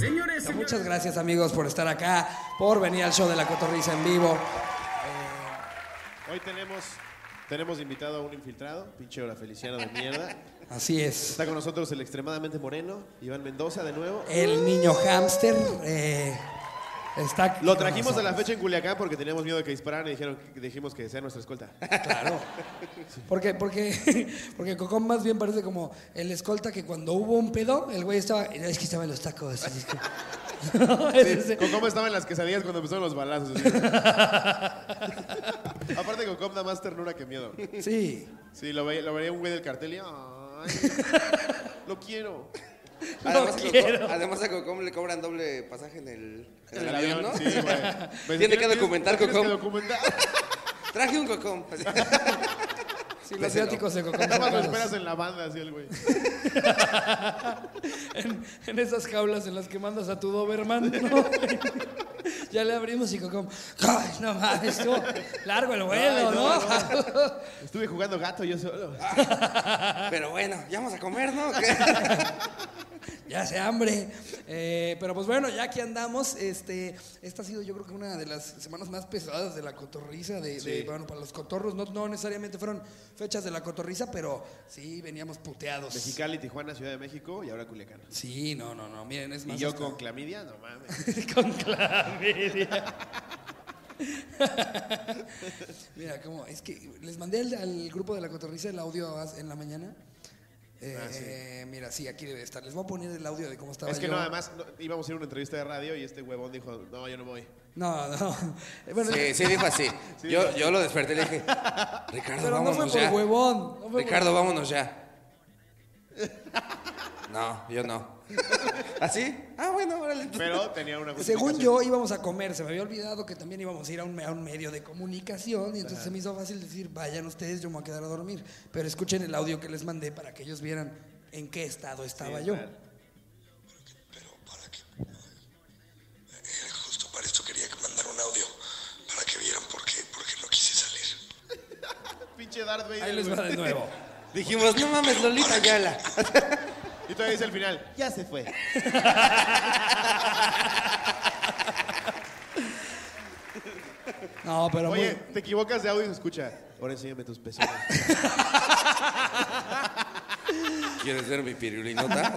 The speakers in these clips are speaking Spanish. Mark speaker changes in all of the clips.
Speaker 1: señores. Muchas gracias, amigos, por estar acá, por venir al show de la cotorriza en vivo.
Speaker 2: Hoy tenemos, tenemos invitado a un infiltrado, pinche hora feliciana de mierda.
Speaker 1: Así es.
Speaker 2: Está con nosotros el extremadamente moreno, Iván Mendoza, de nuevo.
Speaker 1: El niño hámster eh, está.
Speaker 2: Lo trajimos a la fecha en Culiacán porque teníamos miedo de que dispararan y dijeron, dijimos que sea nuestra escolta.
Speaker 1: Claro. Porque, porque, porque Cocón más bien parece como el escolta que cuando hubo un pedo, el güey estaba. Es que estaba en los tacos. es que-
Speaker 2: Sí, Cocom estaba en las quesadillas cuando empezaron los balazos. así. Aparte, Cocom da más ternura que miedo.
Speaker 1: Sí.
Speaker 2: Sí, lo veía, lo veía un güey del cartel y. "Ay, lo quiero.
Speaker 3: Además, a Cocom-
Speaker 1: quiero.
Speaker 3: además a Cocom le cobran doble pasaje en el, en el
Speaker 2: El
Speaker 3: avión,
Speaker 2: avión,
Speaker 3: ¿no?
Speaker 2: sí, güey. Me dice,
Speaker 3: Tiene que
Speaker 2: "Tienes-
Speaker 3: documentar,
Speaker 2: tienes
Speaker 3: Cocom.
Speaker 2: que documentar.
Speaker 3: Traje un Cocom.
Speaker 1: Sí, los asiáticos de Cocón. son
Speaker 2: Nada más lo
Speaker 1: raros.
Speaker 2: esperas en la banda, así el güey.
Speaker 1: en, en esas jaulas en las que mandas a tu Doberman, ¿no? ya le abrimos y Cocón. ¡Ay, no mames! Estuvo largo el vuelo,
Speaker 2: Ay,
Speaker 1: ¿no?
Speaker 2: no, Estuve jugando gato yo solo.
Speaker 3: Pero bueno, ya vamos a comer, ¿no? ¿Qué?
Speaker 1: Ya hace hambre. Eh, pero pues bueno, ya que andamos, este, esta ha sido yo creo que una de las semanas más pesadas de la cotorriza, de, de- bueno, para los cotorros, no, no necesariamente fueron fechas de la cotorriza, pero sí veníamos puteados.
Speaker 2: Mexicali, Tijuana, Ciudad de México y ahora Culiacán.
Speaker 1: Sí, no, no, no, miren, es
Speaker 2: Y
Speaker 1: más...
Speaker 2: yo
Speaker 1: hasta-
Speaker 2: con clamidia, no mames.
Speaker 1: con clamidia. Mira, como es que les mandé al, al grupo de la cotorriza el audio hace- en la mañana. Eh, Mira, sí, aquí debe estar. Les voy a poner el audio de cómo estaba
Speaker 2: Ah, Es que
Speaker 1: yo.
Speaker 2: no, además no, íbamos a ir a una entrevista de radio y este huevón dijo, no, yo no voy.
Speaker 1: No, no. Bueno,
Speaker 3: Sí, sí, dijo así. Yo, yo lo desperté y le dije, Ricardo,
Speaker 1: pero no
Speaker 3: vámonos
Speaker 1: fue por
Speaker 3: ya.
Speaker 1: huevón. no fue por-
Speaker 3: Ricardo, vámonos ya. No, yo no. ¿Así? Ah, bueno, órale.
Speaker 2: Pero tenía una
Speaker 1: Según
Speaker 2: justificación.
Speaker 1: yo íbamos a comer, se me había olvidado que también íbamos a ir a un, a un medio de comunicación y entonces se me hizo fácil decir, vayan ustedes, yo me voy a quedar a dormir. Pero escuchen el audio que les mandé para que ellos vieran en qué estado estaba yo.
Speaker 4: pero para que eh, justo para esto quería que mandar un audio para que vieran por qué, por qué no quise salir.
Speaker 2: Pinche Darth Vader.
Speaker 1: Ahí les va
Speaker 2: güey.
Speaker 1: de nuevo.
Speaker 3: Dijimos, no mames, Lolita Yala.
Speaker 2: Y todavía dice el final, ya se fue.
Speaker 1: No, pero
Speaker 2: Oye,
Speaker 1: muy-
Speaker 2: te equivocas de audio y se escucha. Ahora enséñame tus pezones.
Speaker 3: ¿Quieres ver mi pirulinota?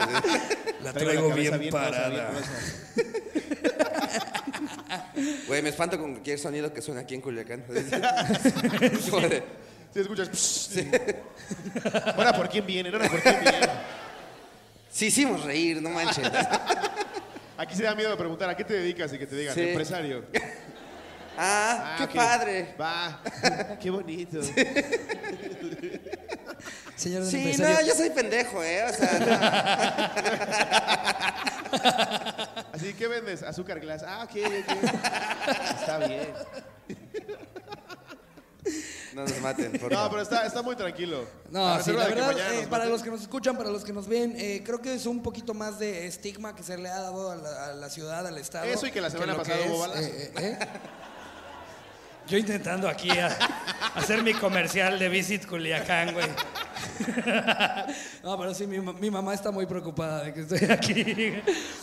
Speaker 1: la traigo
Speaker 2: Traigo la cabeza
Speaker 1: bien,
Speaker 2: gruesa,
Speaker 1: parada.
Speaker 2: bien gruesa.
Speaker 3: Güey, me espanto con cualquier sonido que suena aquí en Culiacán. Joder.
Speaker 2: Sí, escuchas. Ahora, ¿por quién viene? Ahora, ¿por quién viene?
Speaker 3: Sí, hicimos reír, no manches. Ah,
Speaker 2: Aquí se da miedo de preguntar, ¿a qué te dedicas? Y que te digan,
Speaker 3: Sí.
Speaker 2: empresario.
Speaker 3: Ah, qué
Speaker 2: ok.
Speaker 3: padre.
Speaker 2: Va, qué bonito.
Speaker 1: Señor del
Speaker 3: Sí,
Speaker 1: empresario,
Speaker 3: no, yo soy pendejo, ¿eh? O sea, no.
Speaker 2: Así, ¿qué vendes? Azúcar glass. Ah, ok, ok. Está bien.
Speaker 3: No nos maten, por
Speaker 2: No,
Speaker 3: favor.
Speaker 2: pero está, está muy tranquilo.
Speaker 1: No,
Speaker 2: A
Speaker 1: sí,
Speaker 2: reserva
Speaker 1: la
Speaker 2: de que
Speaker 1: verdad,
Speaker 2: mañana
Speaker 1: eh,
Speaker 2: nos
Speaker 1: para
Speaker 2: maten.
Speaker 1: los que nos escuchan, para los que nos ven, eh, creo que es un poquito más de estigma que se le ha dado a la, a la ciudad, al Estado.
Speaker 2: Eso y que la semana
Speaker 1: lo
Speaker 2: pasada hubo
Speaker 1: es,
Speaker 2: balas.
Speaker 1: eh, eh, ¿eh? Yo intentando aquí a- hacer mi comercial de Visit Culiacán, güey. eh. No, pero sí, mi, ma- mi mamá está muy preocupada de que estoy aquí.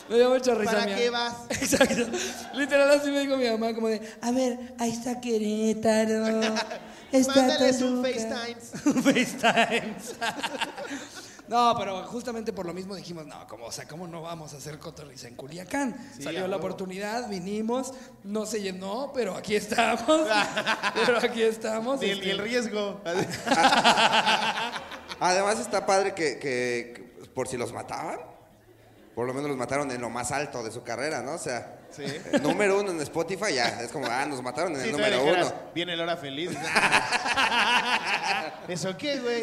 Speaker 1: Me dio mucha risa.
Speaker 2: ¿Para
Speaker 1: mi-
Speaker 2: qué vas?
Speaker 1: Exacto. Literal así me dijo mi mamá, como de, a ver, ahí está Querétaro. Está
Speaker 2: Mándales un
Speaker 1: Toluca".
Speaker 2: FaceTime.
Speaker 1: Un FaceTime. No, pero justamente por lo mismo dijimos, no, como, o sea, ¿cómo no vamos a hacer cotorriza en Culiacán?
Speaker 2: Sí,
Speaker 1: Salió
Speaker 2: a
Speaker 1: la
Speaker 2: huevo.
Speaker 1: oportunidad, vinimos, no se llenó, pero aquí estamos. pero aquí estamos.
Speaker 2: Ni el,
Speaker 1: este,
Speaker 2: ni el riesgo.
Speaker 3: Además está padre que, que- que por si los mataban, por lo menos los mataron en lo más alto de su carrera, ¿no? O sea,
Speaker 2: Sí.
Speaker 3: eh, número uno en Spotify ya. Es como, ah, nos mataron en
Speaker 2: Sí,
Speaker 3: el
Speaker 2: tú
Speaker 3: número
Speaker 2: dijeras,
Speaker 3: uno.
Speaker 2: Viene la hora feliz. ¿Eso qué, güey?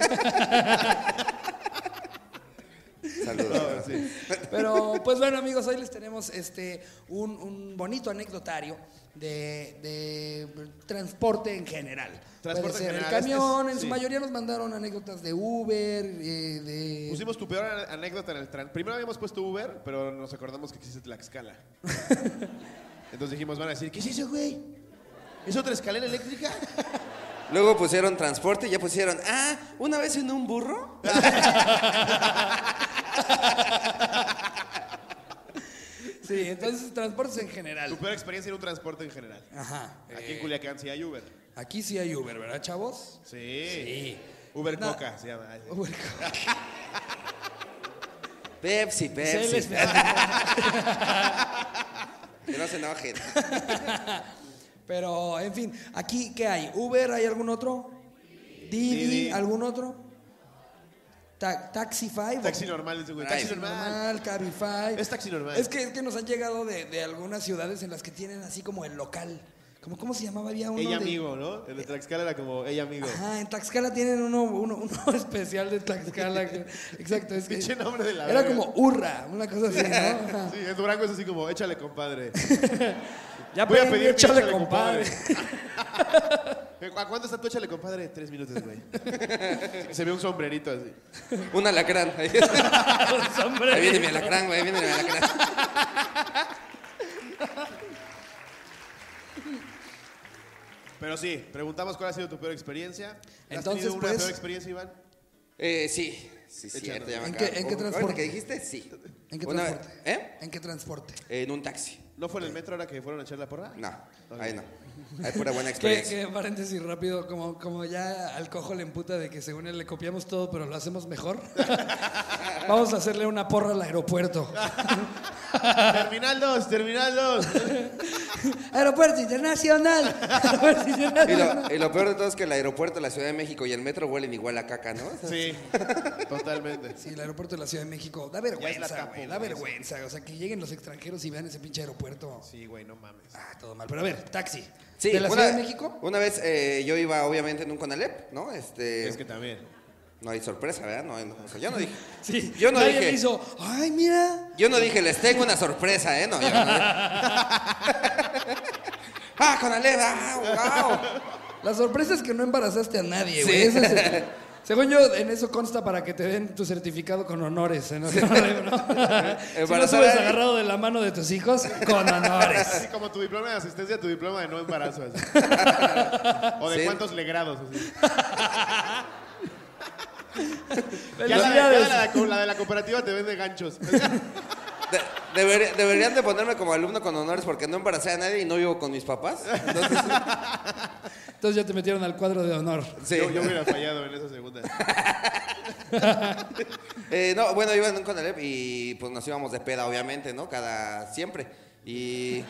Speaker 3: Saludos.
Speaker 2: No, sí.
Speaker 1: Pero pues bueno amigos, hoy les tenemos este un, un bonito anecdotario de, de transporte en general.
Speaker 2: Transporte
Speaker 1: Puede
Speaker 2: en
Speaker 1: ser
Speaker 2: general,
Speaker 1: el camión,
Speaker 2: este es-
Speaker 1: en su
Speaker 2: sí.
Speaker 1: mayoría nos mandaron anécdotas de Uber, eh, de...
Speaker 2: Pusimos tu peor ane- anécdota en el tran. Primero habíamos puesto Uber, pero nos acordamos que existe Tlaxcala. Entonces dijimos, van a decir, ¿qué es eso, güey? ¿Es otra escalera eléctrica?
Speaker 3: Luego pusieron transporte y ya pusieron, ah, una vez en un burro.
Speaker 1: Sí, entonces transportes en
Speaker 2: Tu
Speaker 1: general.
Speaker 2: peor experiencia en un transporte en general.
Speaker 1: Ajá.
Speaker 2: Aquí en
Speaker 1: eh,
Speaker 2: Culiacán sí hay Uber.
Speaker 1: aquí sí hay Uber, ¿verdad, chavos?
Speaker 2: Sí.
Speaker 1: Sí.
Speaker 2: Uber
Speaker 1: No.
Speaker 2: Coca se llama.
Speaker 1: Uber.
Speaker 3: Pepsi,
Speaker 1: Se les-
Speaker 3: Pepsi. Que no se enojen.
Speaker 1: Pero, en fin, aquí, ¿qué hay? ¿Uber? ¿Hay algún otro? ¿Didi?
Speaker 2: Didi.
Speaker 1: ¿Algún otro? Ta- ¿Taxify?
Speaker 2: Taxi normal, ese güey. Taxi
Speaker 3: Drive.
Speaker 2: normal.
Speaker 1: normal, Cabify.
Speaker 2: Es taxi normal.
Speaker 1: Es que, es que nos han llegado de, de algunas ciudades en las que tienen así como el local. Como, ¿Cómo se llamaba? Había uno
Speaker 2: Ella
Speaker 1: de- Eh.
Speaker 2: amigo, ¿no? El de Tlaxcala era como ella amigo.
Speaker 1: Ajá, en Tlaxcala tienen uno, uno, uno especial de Tlaxcala. que- Exacto, es que
Speaker 2: Pinche nombre de la
Speaker 1: era
Speaker 2: verga.
Speaker 1: como Urra, una cosa así, ¿no? Ajá.
Speaker 2: Sí, en Durango es así como, échale, compadre.
Speaker 1: Ya
Speaker 2: Voy a
Speaker 1: pedí mi
Speaker 2: pedir mi
Speaker 1: échale,
Speaker 2: échale,
Speaker 1: compadre.
Speaker 2: ¿A cuánto está tu échale, compadre? Tres minutos, güey. Se ve un sombrerito así.
Speaker 3: Un alacrán. Ahí
Speaker 1: Hombre.
Speaker 3: viene mi alacrán, güey. Ahí viene mi alacrán.
Speaker 2: Pero sí, preguntamos cuál ha sido tu peor experiencia. ¿Has
Speaker 1: Entonces,
Speaker 2: tenido una
Speaker 1: pues-
Speaker 2: peor experiencia, Iván?
Speaker 3: Eh, sí. Sí, cierto, ya me
Speaker 1: ¿En qué-
Speaker 3: acabo.
Speaker 1: en qué
Speaker 3: Ahorita
Speaker 1: transporte?
Speaker 3: que dijiste? Sí.
Speaker 1: ¿En qué
Speaker 3: Una-
Speaker 1: transporte?
Speaker 3: ¿Eh?
Speaker 1: ¿En qué transporte?
Speaker 3: En un taxi.
Speaker 2: ¿No fue en
Speaker 1: eh.
Speaker 2: el metro ahora que fueron a echar la porra?
Speaker 3: No,
Speaker 2: Ok.
Speaker 3: ahí no. Ahí pura buena
Speaker 1: Que,
Speaker 3: experiencia.
Speaker 1: que paréntesis rápido, como, como ya al cojo le emputa de que según él le copiamos todo, pero lo hacemos mejor. Vamos a hacerle una porra al aeropuerto.
Speaker 2: Terminal 2, terminal 2.
Speaker 1: aeropuerto internacional. Aeropuerto
Speaker 3: Y
Speaker 1: internacional.
Speaker 3: lo, y lo peor de todo es que el aeropuerto de la Ciudad de México y el metro huelen igual a caca, ¿no? O sea,
Speaker 2: Sí, totalmente.
Speaker 1: Sí, el aeropuerto de la Ciudad de México. Da
Speaker 2: Ya es la
Speaker 1: vergüenza,
Speaker 2: capo,
Speaker 1: güey. Da
Speaker 2: güey.
Speaker 1: vergüenza. O sea, que lleguen los extranjeros y vean ese pinche aeropuerto.
Speaker 2: Sí, güey, no mames.
Speaker 1: Ah, todo mal. Pero a ver, taxi.
Speaker 3: Sí,
Speaker 1: ¿De la
Speaker 3: una,
Speaker 1: Ciudad de México?
Speaker 3: Una vez eh, yo iba, obviamente, en un Conalep, ¿no? Este,
Speaker 2: Es que también.
Speaker 3: No hay sorpresa, ¿verdad? No, no, o sea, yo no dije.
Speaker 1: Sí.
Speaker 3: Yo no
Speaker 1: Nadie
Speaker 3: dije.
Speaker 1: le hizo, ay, mira.
Speaker 3: Yo no dije, les tengo una sorpresa, ¿eh? No, yo no. ¡Ah, Conalep! ¡Ah, wow!
Speaker 1: La sorpresa es que no embarazaste a nadie, güey.
Speaker 3: Sí.
Speaker 1: Ese es el- Según yo, en eso consta para que te den tu certificado con honores. ¿no? si no
Speaker 3: Embarazar
Speaker 1: subes
Speaker 2: ¿eh?
Speaker 3: a-
Speaker 1: agarrado de la mano de tus hijos, con honores.
Speaker 2: Así como tu diploma de asistencia, tu diploma de no embarazo. así. O de
Speaker 3: Sí.
Speaker 2: cuántos legrados. Así. Ya, la, de-
Speaker 1: Felicidades.
Speaker 2: ya la de la co- la de la cooperativa te vende ganchos.
Speaker 3: De- debería- deberían de ponerme como alumno con honores porque no embaracé a nadie y no vivo con mis papás. Entonces,
Speaker 1: Entonces ya te metieron al cuadro de honor.
Speaker 3: sí.
Speaker 2: Yo, yo hubiera fallado en esa segunda.
Speaker 3: Eh, no, bueno, iba en un Conalep y pues nos íbamos de peda, obviamente, ¿no? Cada siempre. Y.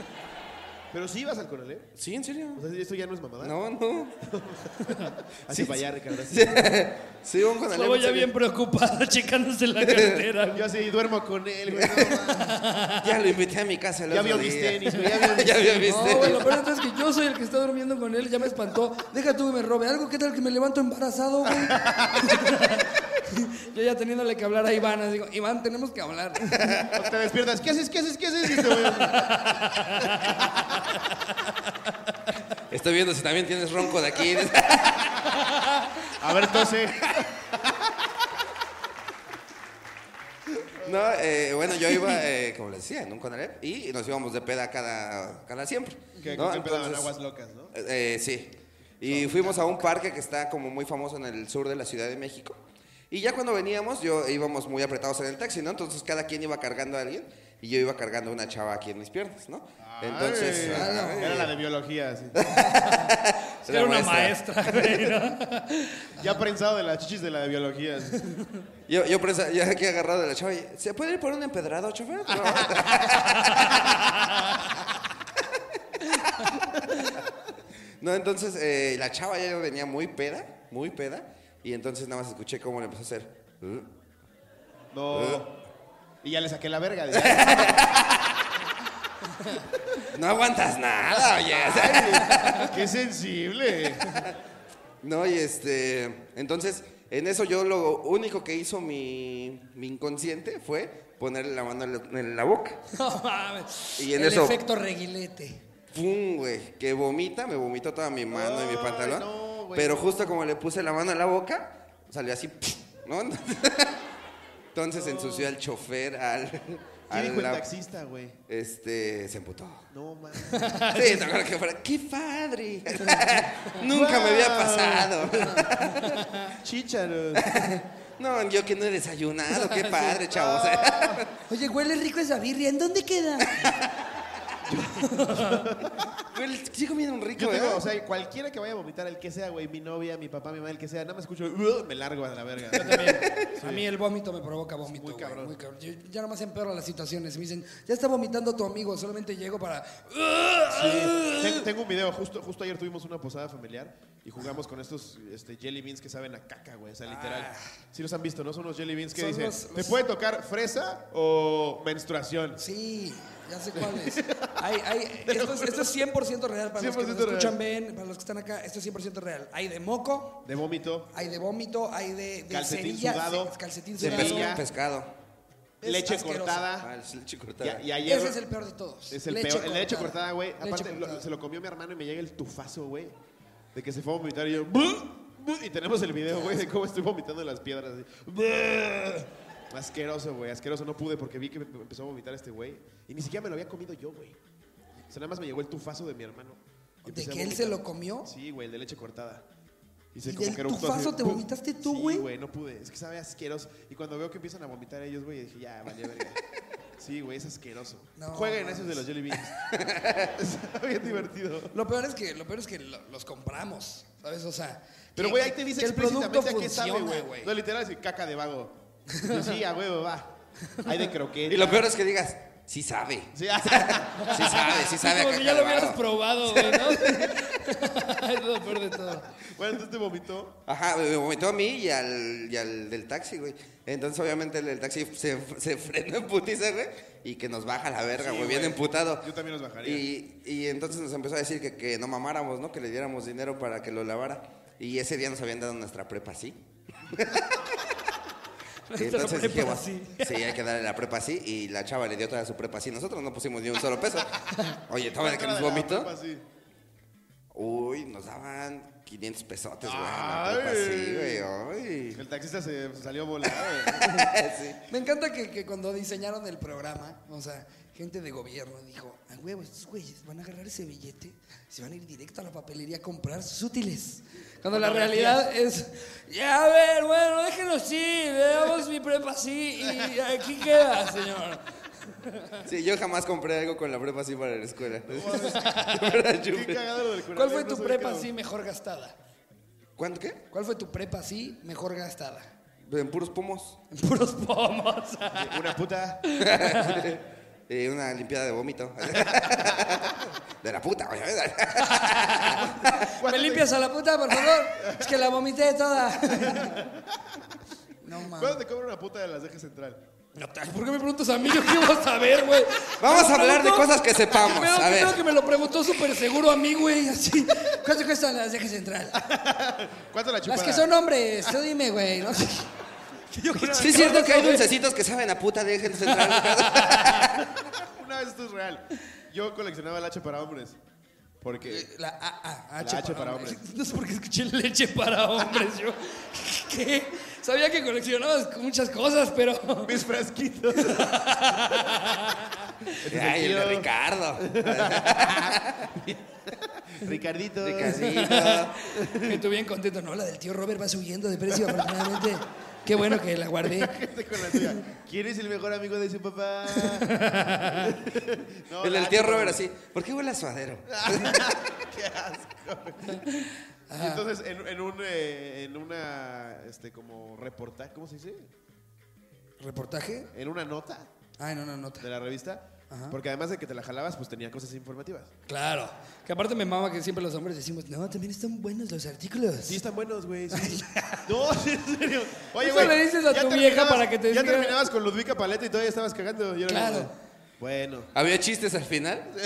Speaker 2: Pero sí ibas al Conalep.
Speaker 3: Sí, en serio.
Speaker 2: O sea, esto ya no es mamada.
Speaker 3: No, no.
Speaker 2: Así para allá, Ricardo. así.
Speaker 3: Sí, sí un Conalep.
Speaker 1: Luego
Speaker 2: pues,
Speaker 3: en
Speaker 1: ya
Speaker 3: serio.
Speaker 1: bien preocupado, checándose la cartera. güey.
Speaker 2: Yo así duermo con él, güey. no mames.
Speaker 3: Ya lo invité a mi casa. el
Speaker 2: Ya
Speaker 3: otro
Speaker 2: vio mis
Speaker 3: día.
Speaker 2: tenis, güey, ya vio mis
Speaker 3: Ya vio mis
Speaker 1: No,
Speaker 3: tenis.
Speaker 1: güey, lo peor de todo es que yo soy el que está durmiendo con él, ya me espantó. Deja tú que me robe algo, ¿qué tal que me levanto embarazado, güey? yo ya teniéndole que hablar a Iván, así digo, Iván, tenemos que hablar.
Speaker 2: O te despiertas. ¿Qué haces? ¿Qué haces? ¿Qué haces? Y te voy a-
Speaker 3: Estoy viendo si también tienes ronco de aquí.
Speaker 2: A ver, entonces.
Speaker 3: No, eh, bueno, yo iba, eh, como les decía, en un Conalep y nos íbamos de peda cada, cada siempre.
Speaker 2: Que
Speaker 3: ¿no?
Speaker 2: con siempre daban
Speaker 3: Entonces,
Speaker 2: aguas locas, ¿no?
Speaker 3: Eh, eh, sí. Y fuimos a un parque que está como muy famoso en el sur de la Ciudad de México. Y ya cuando veníamos, yo íbamos muy apretados en el taxi, ¿no? Entonces cada quien iba cargando a alguien y yo iba cargando a una chava aquí en mis piernas, ¿no? Entonces.
Speaker 2: Ay,
Speaker 3: ah,
Speaker 2: era la de biología, sí.
Speaker 3: la
Speaker 1: Era una
Speaker 3: maestra.
Speaker 1: maestra, güey, ¿no?
Speaker 2: Ya prensado de las chichis de la de biología. sí.
Speaker 3: Yo, yo, presa- yo aquí agarrado de la chava y, ¿se puede ir por un empedrado, chofer? No. No, entonces eh, la chava ya venía muy peda, muy peda, y entonces nada más escuché cómo le empezó a hacer. "Uh". Eh.
Speaker 2: No. Y ya le saqué la verga. dije,
Speaker 3: No aguantas nada, oye. O sea,
Speaker 2: ¡Qué sensible!
Speaker 3: No, y este. Entonces, en eso yo lo único que hizo mi, mi inconsciente fue ponerle la mano en la- en la boca.
Speaker 1: No mames.
Speaker 3: Y en
Speaker 1: el
Speaker 3: eso-
Speaker 1: efecto reguilete.
Speaker 3: ¡Pum, güey! Que vomita, me vomitó toda mi mano y mi
Speaker 2: Ay,
Speaker 3: pantalón.
Speaker 2: no, güey.
Speaker 3: pero justo como le puse la mano en la boca, salió así, ¡puf! ¿no? Entonces ensució al chofer, al.
Speaker 2: ¿Qué
Speaker 3: al
Speaker 2: dijo el
Speaker 3: la-
Speaker 2: taxista, güey?
Speaker 3: Este, se emputó.
Speaker 2: No, man.
Speaker 3: Sí, no creo que fuera. ¡Qué padre! Nunca me había
Speaker 2: Wow.
Speaker 3: pasado.
Speaker 2: Chícharos.
Speaker 3: No, yo que no he desayunado, qué padre, chavos.
Speaker 1: Oye, huele rico esa birria. ¿En dónde queda?
Speaker 3: Güey, sí comiendo un rico,
Speaker 2: Yo tengo,
Speaker 3: ¿eh?
Speaker 2: o sea, cualquiera que vaya a vomitar, el que sea, güey, mi novia, mi papá, mi mamá, el que sea, nada más escucho, "Ugh", me largo a la verga.
Speaker 1: A mí el vómito me provoca vómito.
Speaker 2: Muy
Speaker 1: güey,
Speaker 2: cabrón.
Speaker 1: muy cabrón. Yo ya nomás empeoro las situaciones. Me dicen, ya está vomitando tu amigo. Solamente llego para. Sí.
Speaker 2: Ten- Tengo un video, justo, justo ayer tuvimos una posada familiar y jugamos con estos este, jelly beans que saben a caca, güey, o sea, literal. Sí los han visto, ¿no? Son unos jelly beans que
Speaker 1: Ah. Son
Speaker 2: dicen,
Speaker 1: los-
Speaker 2: ¿te
Speaker 1: los-
Speaker 2: puede tocar fresa o menstruación?
Speaker 1: ya sé cuál es. Hay- hay- esto, es esto es 100% real para los que nos
Speaker 2: 100% real.
Speaker 1: escuchan, ven, para los que están acá. Esto es 100% real. Hay de moco,
Speaker 2: De vómito,
Speaker 1: hay de vómito, hay de, de
Speaker 2: Calcetín
Speaker 1: cerilla,
Speaker 2: sudado.
Speaker 1: de- calcetín
Speaker 3: De
Speaker 1: sudado.
Speaker 2: piña.
Speaker 3: pesca- pescado.
Speaker 1: Es
Speaker 2: leche
Speaker 1: asqueroso.
Speaker 2: cortada.
Speaker 3: Ah, el leche
Speaker 2: Y,
Speaker 3: cortada.
Speaker 2: a- y ayer...
Speaker 1: Ese es el peor de todos.
Speaker 2: Es el
Speaker 1: Leche
Speaker 2: peor. El leche cortada, güey.
Speaker 1: Leche
Speaker 2: Aparte, lo-
Speaker 1: cortada.
Speaker 2: se lo comió mi hermano y me llega el tufazo, güey. De que se fue a vomitar y yo. "Buh, buh", Y tenemos el video, güey, de cómo estoy vomitando en las piedras. así, "Buh". Asqueroso, güey. Asqueroso. No pude porque vi que me empezó a vomitar este güey. Y ni siquiera me lo había comido yo, güey. O sea, nada más me llegó el tufazo de mi hermano. y
Speaker 1: ¿De
Speaker 2: empecé a
Speaker 1: que él se
Speaker 2: vomitar.
Speaker 1: lo comió?
Speaker 2: Sí, güey, el de leche cortada. se
Speaker 1: ¿Y del tufazo te vomitaste tú, güey?
Speaker 2: Sí, güey, no pude. Es que sabe asqueroso. Y cuando veo que empiezan a vomitar ellos, güey, dije, ya, valió verga. Sí, güey, es asqueroso.
Speaker 1: No,
Speaker 2: Jueguen
Speaker 1: mames.
Speaker 2: esos de los Jelly Beans. Está bien divertido.
Speaker 1: Lo peor es que, lo peor es que lo- los compramos, ¿sabes? O sea.
Speaker 2: Pero,
Speaker 1: que-
Speaker 2: güey, ahí te dice
Speaker 1: que el
Speaker 2: explícitamente
Speaker 1: producto
Speaker 2: a qué sabe,
Speaker 1: funciona,
Speaker 2: güey. No, literal, es caca de vago. Yo, sí, a huevo, va. Hay de croqueta.
Speaker 3: Y lo peor es que digas, sí sabe.
Speaker 2: Sí,
Speaker 3: Sí sabe, sí sabe. a
Speaker 5: Como que ya lo
Speaker 3: cacahuaro.
Speaker 5: hubieras probado, güey, ¿no? es lo peor de todo.
Speaker 2: bueno, entonces te vomitó.
Speaker 3: Ajá, me vomitó a mí y al, y al del taxi, güey. Entonces, obviamente, el del taxi se, se frenó en putiza, güey, y que nos baja la verga,
Speaker 2: Sí,
Speaker 3: güey, bien
Speaker 2: güey.
Speaker 3: emputado.
Speaker 2: Yo también los bajaría.
Speaker 3: Y, y entonces nos empezó a decir que, que no mamáramos, ¿no? Que le diéramos dinero para que lo lavara. Y ese día nos habían dado nuestra prepa así. Y entonces
Speaker 1: prepa
Speaker 3: dijimos,
Speaker 1: así.
Speaker 3: sí, hay que darle la prepa así. Y la chava le dio toda su prepa así. Nosotros no pusimos ni un solo peso. Oye, toma de que
Speaker 2: Cara
Speaker 3: nos
Speaker 2: de la
Speaker 3: vomitó.
Speaker 2: papa, sí.
Speaker 3: Uy, nos daban 500 pesotes, güey.
Speaker 2: Ay.
Speaker 3: La prepa así, güey. Ay.
Speaker 2: El taxista se salió volado.
Speaker 1: Me encanta que, que cuando diseñaron el programa, o sea, gente de gobierno dijo, a huevo, estos güeyes van a agarrar ese billete, y se van a ir directo a la papelería a comprar sus útiles. Cuando la realidad es,
Speaker 5: Ya, a ver, bueno, déjenlo así, veamos mi prepa así y aquí queda, señor.
Speaker 3: Sí, yo jamás compré algo con la prepa así para la escuela. Para
Speaker 2: Qué
Speaker 3: Chupe.
Speaker 2: cagado lo del
Speaker 1: ¿cuál
Speaker 2: Curamex,
Speaker 1: fue
Speaker 2: no
Speaker 1: tu
Speaker 2: sabía
Speaker 1: prepa
Speaker 2: que-
Speaker 1: así mejor gastada?
Speaker 3: ¿Cuánto qué?
Speaker 1: ¿Cuál fue tu prepa así mejor gastada?
Speaker 3: En puros pomos.
Speaker 1: En puros pomos.
Speaker 2: Una puta.
Speaker 3: Eh, una limpiada de vómito. De la puta, güey.
Speaker 1: ¿Me limpias a la puta, por favor? Es que la vomité toda. No
Speaker 2: ¿Cuándo
Speaker 1: mames.
Speaker 2: te cobra una puta de las dejes central?
Speaker 5: No, ta- ¿Por qué me preguntas a mí? Yo qué vas a ver, güey.
Speaker 3: Vamos a
Speaker 5: Me
Speaker 3: hablar de
Speaker 5: preguntó-
Speaker 3: cosas que sepamos.
Speaker 5: Pero
Speaker 3: A ver.
Speaker 5: creo que me lo preguntó súper seguro a mí, güey, así.
Speaker 1: ¿Cuánto cuestan las dejes central?
Speaker 2: ¿Cuánto la chupada?
Speaker 1: Las que son hombres, tú dime, güey. No sé. Yo qué
Speaker 3: Sí, es cierto que hay dulcecitos que saben a puta, déjense entrar.
Speaker 2: Una vez esto es real. Yo coleccionaba el H para hombres. Porque.
Speaker 3: Eh.
Speaker 1: ch- La A, A,
Speaker 2: La H para hombres.
Speaker 5: No sé por qué escuché leche para hombres, yo. ¿Qué? Sabía que coleccionabas muchas cosas, pero...
Speaker 2: Mis frasquitos.
Speaker 3: Ay, el de Ricardo.
Speaker 2: Ricardito.
Speaker 3: Ricardito.
Speaker 1: Estoy bien contento. No, la del tío Robert va subiendo de precio aproximadamente. Qué bueno que la guardé.
Speaker 2: Gente con la suya. ¿Quién es el mejor amigo de su papá? No,
Speaker 3: El
Speaker 2: la
Speaker 3: del
Speaker 2: H
Speaker 3: tío
Speaker 2: para
Speaker 3: Robert
Speaker 2: hombres.
Speaker 3: así. ¿Por qué huele a suadero?
Speaker 2: Qué asco. Y entonces, en, en un. eh, en una. Este, como reportaje. ¿Cómo se dice?
Speaker 1: ¿Reportaje?
Speaker 2: En una nota
Speaker 1: Ay, no, no, nota.
Speaker 2: de la revista. Porque además de que te la jalabas, pues tenía cosas informativas.
Speaker 1: Claro. Que aparte me mama que siempre los hombres decimos, no, también están buenos los artículos.
Speaker 2: Sí, están buenos, güey. sí. no, sí, en serio. Oye,
Speaker 5: Eso
Speaker 2: güey.
Speaker 5: le dices a
Speaker 2: ya
Speaker 5: tu
Speaker 2: terminabas-
Speaker 5: vieja para que te
Speaker 2: Ya
Speaker 5: diga-
Speaker 2: terminabas con Ludvica Paleta y todavía estabas cagando. Y era
Speaker 1: Claro.
Speaker 2: como, Bueno.
Speaker 3: ¿Había chistes al final?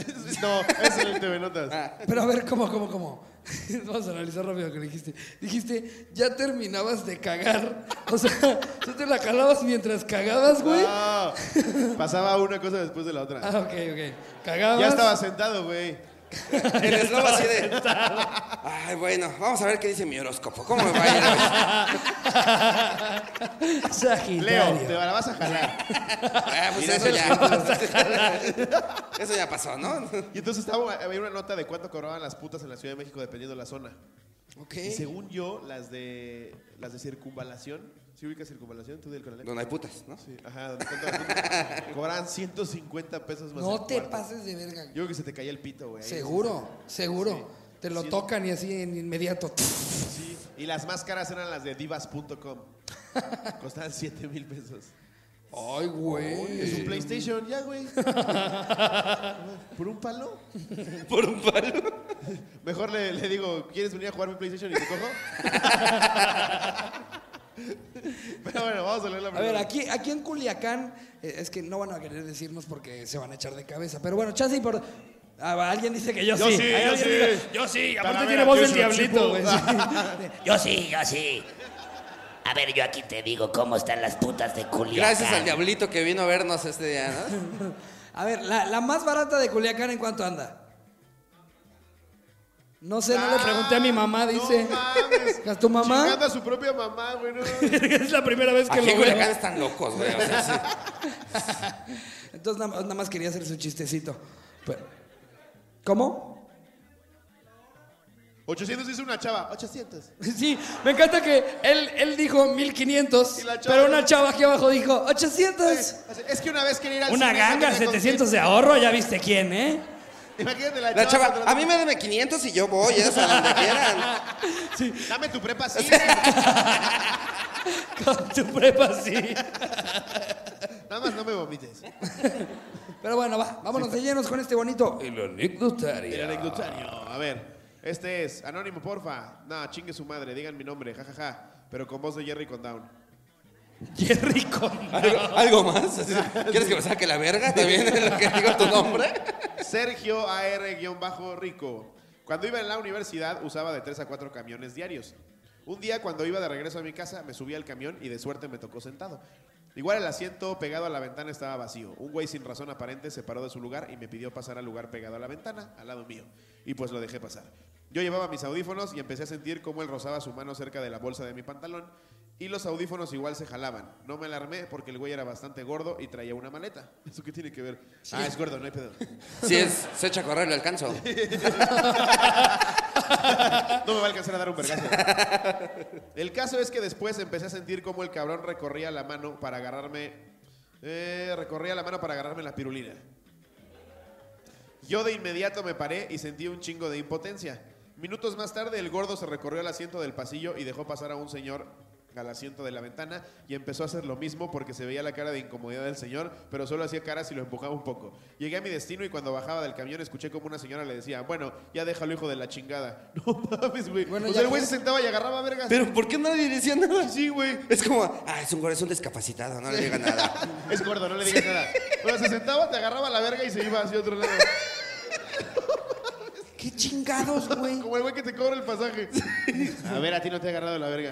Speaker 2: no, es en el TV Notas.
Speaker 5: Ah,
Speaker 1: Pero a ver, ¿cómo, cómo, cómo? Vamos a analizar rápido lo que dijiste. Dijiste, ya terminabas de cagar. O sea, tú te la calabas mientras cagabas, güey.
Speaker 2: No. Pasaba una cosa después de la otra.
Speaker 1: Ah, ok, ok. Cagabas.
Speaker 2: ya estaba sentado, güey.
Speaker 3: El slob así de. Ay, bueno, vamos a ver qué dice mi horóscopo. ¿Cómo me va a ir hoy?
Speaker 1: Sagitario.
Speaker 2: Leo, te la vas a jalar.
Speaker 3: Ah, pues
Speaker 2: Mira,
Speaker 3: eso ya. eso ya pasó, ¿no?
Speaker 2: Y entonces estaba, había una nota de cuánto cobraban las putas en la Ciudad de México dependiendo de la zona.
Speaker 1: Ok.
Speaker 2: Y según yo, las de las de circunvalación, ¿sí ubicas circunvalación tú del Conalep?
Speaker 3: Donde hay putas, ¿no?
Speaker 2: Sí, ajá, donde están todas las putas. Cobran 150 pesos más.
Speaker 1: No
Speaker 2: el
Speaker 1: te
Speaker 2: cuarto.
Speaker 1: pases de verga.
Speaker 2: Yo creo que se te caía el pito, güey. ahí.
Speaker 1: Seguro, seguro.
Speaker 2: Sí.
Speaker 1: Te lo
Speaker 2: Sí.
Speaker 1: tocan y así en inmediato.
Speaker 2: Sí. Y las más caras eran las de divas.com. Costaban 7 mil pesos.
Speaker 1: Ay, güey.
Speaker 3: Eh,
Speaker 2: Es un PlayStation, ya, güey. ¿Por un palo?
Speaker 3: Por un palo.
Speaker 2: Mejor le, le digo, ¿quieres venir a jugar mi PlayStation y te cojo? Pero bueno, vamos a leer la
Speaker 1: A ver,
Speaker 2: primera.
Speaker 1: aquí, aquí en Culiacán, eh, es que no van a querer decirnos porque se van a echar de cabeza. Pero bueno, chance y por. Ah, alguien dice que yo,
Speaker 2: Yo sí,
Speaker 1: Hay
Speaker 2: yo
Speaker 1: alguien
Speaker 2: sí.
Speaker 1: dice- yo sí, aparte
Speaker 2: Talavera,
Speaker 1: tiene voz
Speaker 2: yo
Speaker 1: del
Speaker 2: se lo
Speaker 1: diablito,
Speaker 2: chupo.
Speaker 1: güey. sí.
Speaker 6: Yo sí, yo sí. A ver, yo aquí te digo cómo están las putas de Culiacán.
Speaker 3: Gracias al diablito que vino a vernos este día, ¿no?
Speaker 1: A ver, la, la más barata de Culiacán, ¿en cuánto anda? No sé, no le pregunté a mi mamá, dice.
Speaker 2: Ah, No mames.
Speaker 1: ¿A tu mamá?
Speaker 2: Chingando a su propia mamá, güey. no.
Speaker 1: es la primera vez que
Speaker 3: Aquí en
Speaker 1: lo veo.
Speaker 3: Culiacán están locos, güey. O sea, sí.
Speaker 1: Entonces na- nada, más quería hacer su chistecito. Pero- ¿Cómo?
Speaker 2: 800 hizo una chava. 800.
Speaker 1: Sí, me encanta que él, él dijo 1500,
Speaker 2: Y la chava-
Speaker 1: pero una chava aquí abajo dijo 800.
Speaker 2: Eh, Es que una vez quería ir al
Speaker 5: Una
Speaker 2: cine y no
Speaker 5: ganga,
Speaker 2: tenía con
Speaker 5: 700 de ahorro, ya viste quién, ¿eh?
Speaker 2: quién. Imagínate la,
Speaker 3: La chava,
Speaker 2: contra-
Speaker 3: a mí me deme 500 y yo voy, es a donde quieran.
Speaker 2: Dame tu prepa, sí.
Speaker 5: Con tu prepa sí.
Speaker 2: Nada más no me vomites.
Speaker 1: Pero bueno, va, vámonos de llenos con este bonito.
Speaker 5: El anecdotario.
Speaker 2: El anecdotario. A ver, este es Anónimo, porfa. No, chingue su madre, digan mi nombre, jajaja. Pero con voz de Jerry con Down.
Speaker 5: Jerry con...
Speaker 3: ¿Algo, algo más? Así, ¿Quieres que me saque la verga también en lo que digo tu nombre?
Speaker 2: Sergio AR-Rico. Cuando iba en la universidad usaba de 3 a 4 camiones diarios. Un día cuando iba de regreso a mi casa me subí al camión y de suerte me tocó sentado. Igual el asiento pegado a la ventana estaba vacío. Un güey sin razón aparente se paró de su lugar y me pidió pasar al lugar pegado a la ventana, al lado mío. Y pues lo dejé pasar. Yo llevaba mis audífonos y empecé a sentir cómo él rozaba su mano cerca de la bolsa de mi pantalón y los audífonos igual se jalaban. No me alarmé porque el güey era bastante gordo y traía una maleta. ¿Eso qué tiene que ver? Ah, es gordo, no hay pedo.
Speaker 3: Si es, se echa a correr, le alcanzo.
Speaker 2: No me va a alcanzar a dar un vergazo. El caso es que después empecé a sentir cómo el cabrón recorría la mano para agarrarme. eh, recorría la mano para agarrarme la pirulina. Yo de inmediato me paré y sentí un chingo de impotencia. Minutos más tarde, el gordo se recorrió al asiento del pasillo y dejó pasar a un señor al asiento de la ventana y empezó a hacer lo mismo porque se veía la cara de incomodidad del señor, pero solo hacía caras y lo empujaba un poco. Llegué a mi destino y cuando bajaba del camión escuché como una señora le decía, bueno, ya déjalo hijo de la chingada. No mames, güey.
Speaker 1: Bueno,
Speaker 2: o
Speaker 1: ya
Speaker 2: sea, el güey
Speaker 1: que-
Speaker 2: se sentaba y agarraba vergas.
Speaker 3: Pero ¿por qué nadie decía nada?
Speaker 2: Sí, güey.
Speaker 3: Es como, ah, es un, gore- es un discapacitado, no le llega nada.
Speaker 2: Es gordo, no le digas nada. Bueno, se sentaba, te agarraba la verga y se iba hacia otro lado.
Speaker 1: Qué chingados, güey.
Speaker 2: Como el güey que te cobra el pasaje. A ver, a ti no te ha agarrado la verga.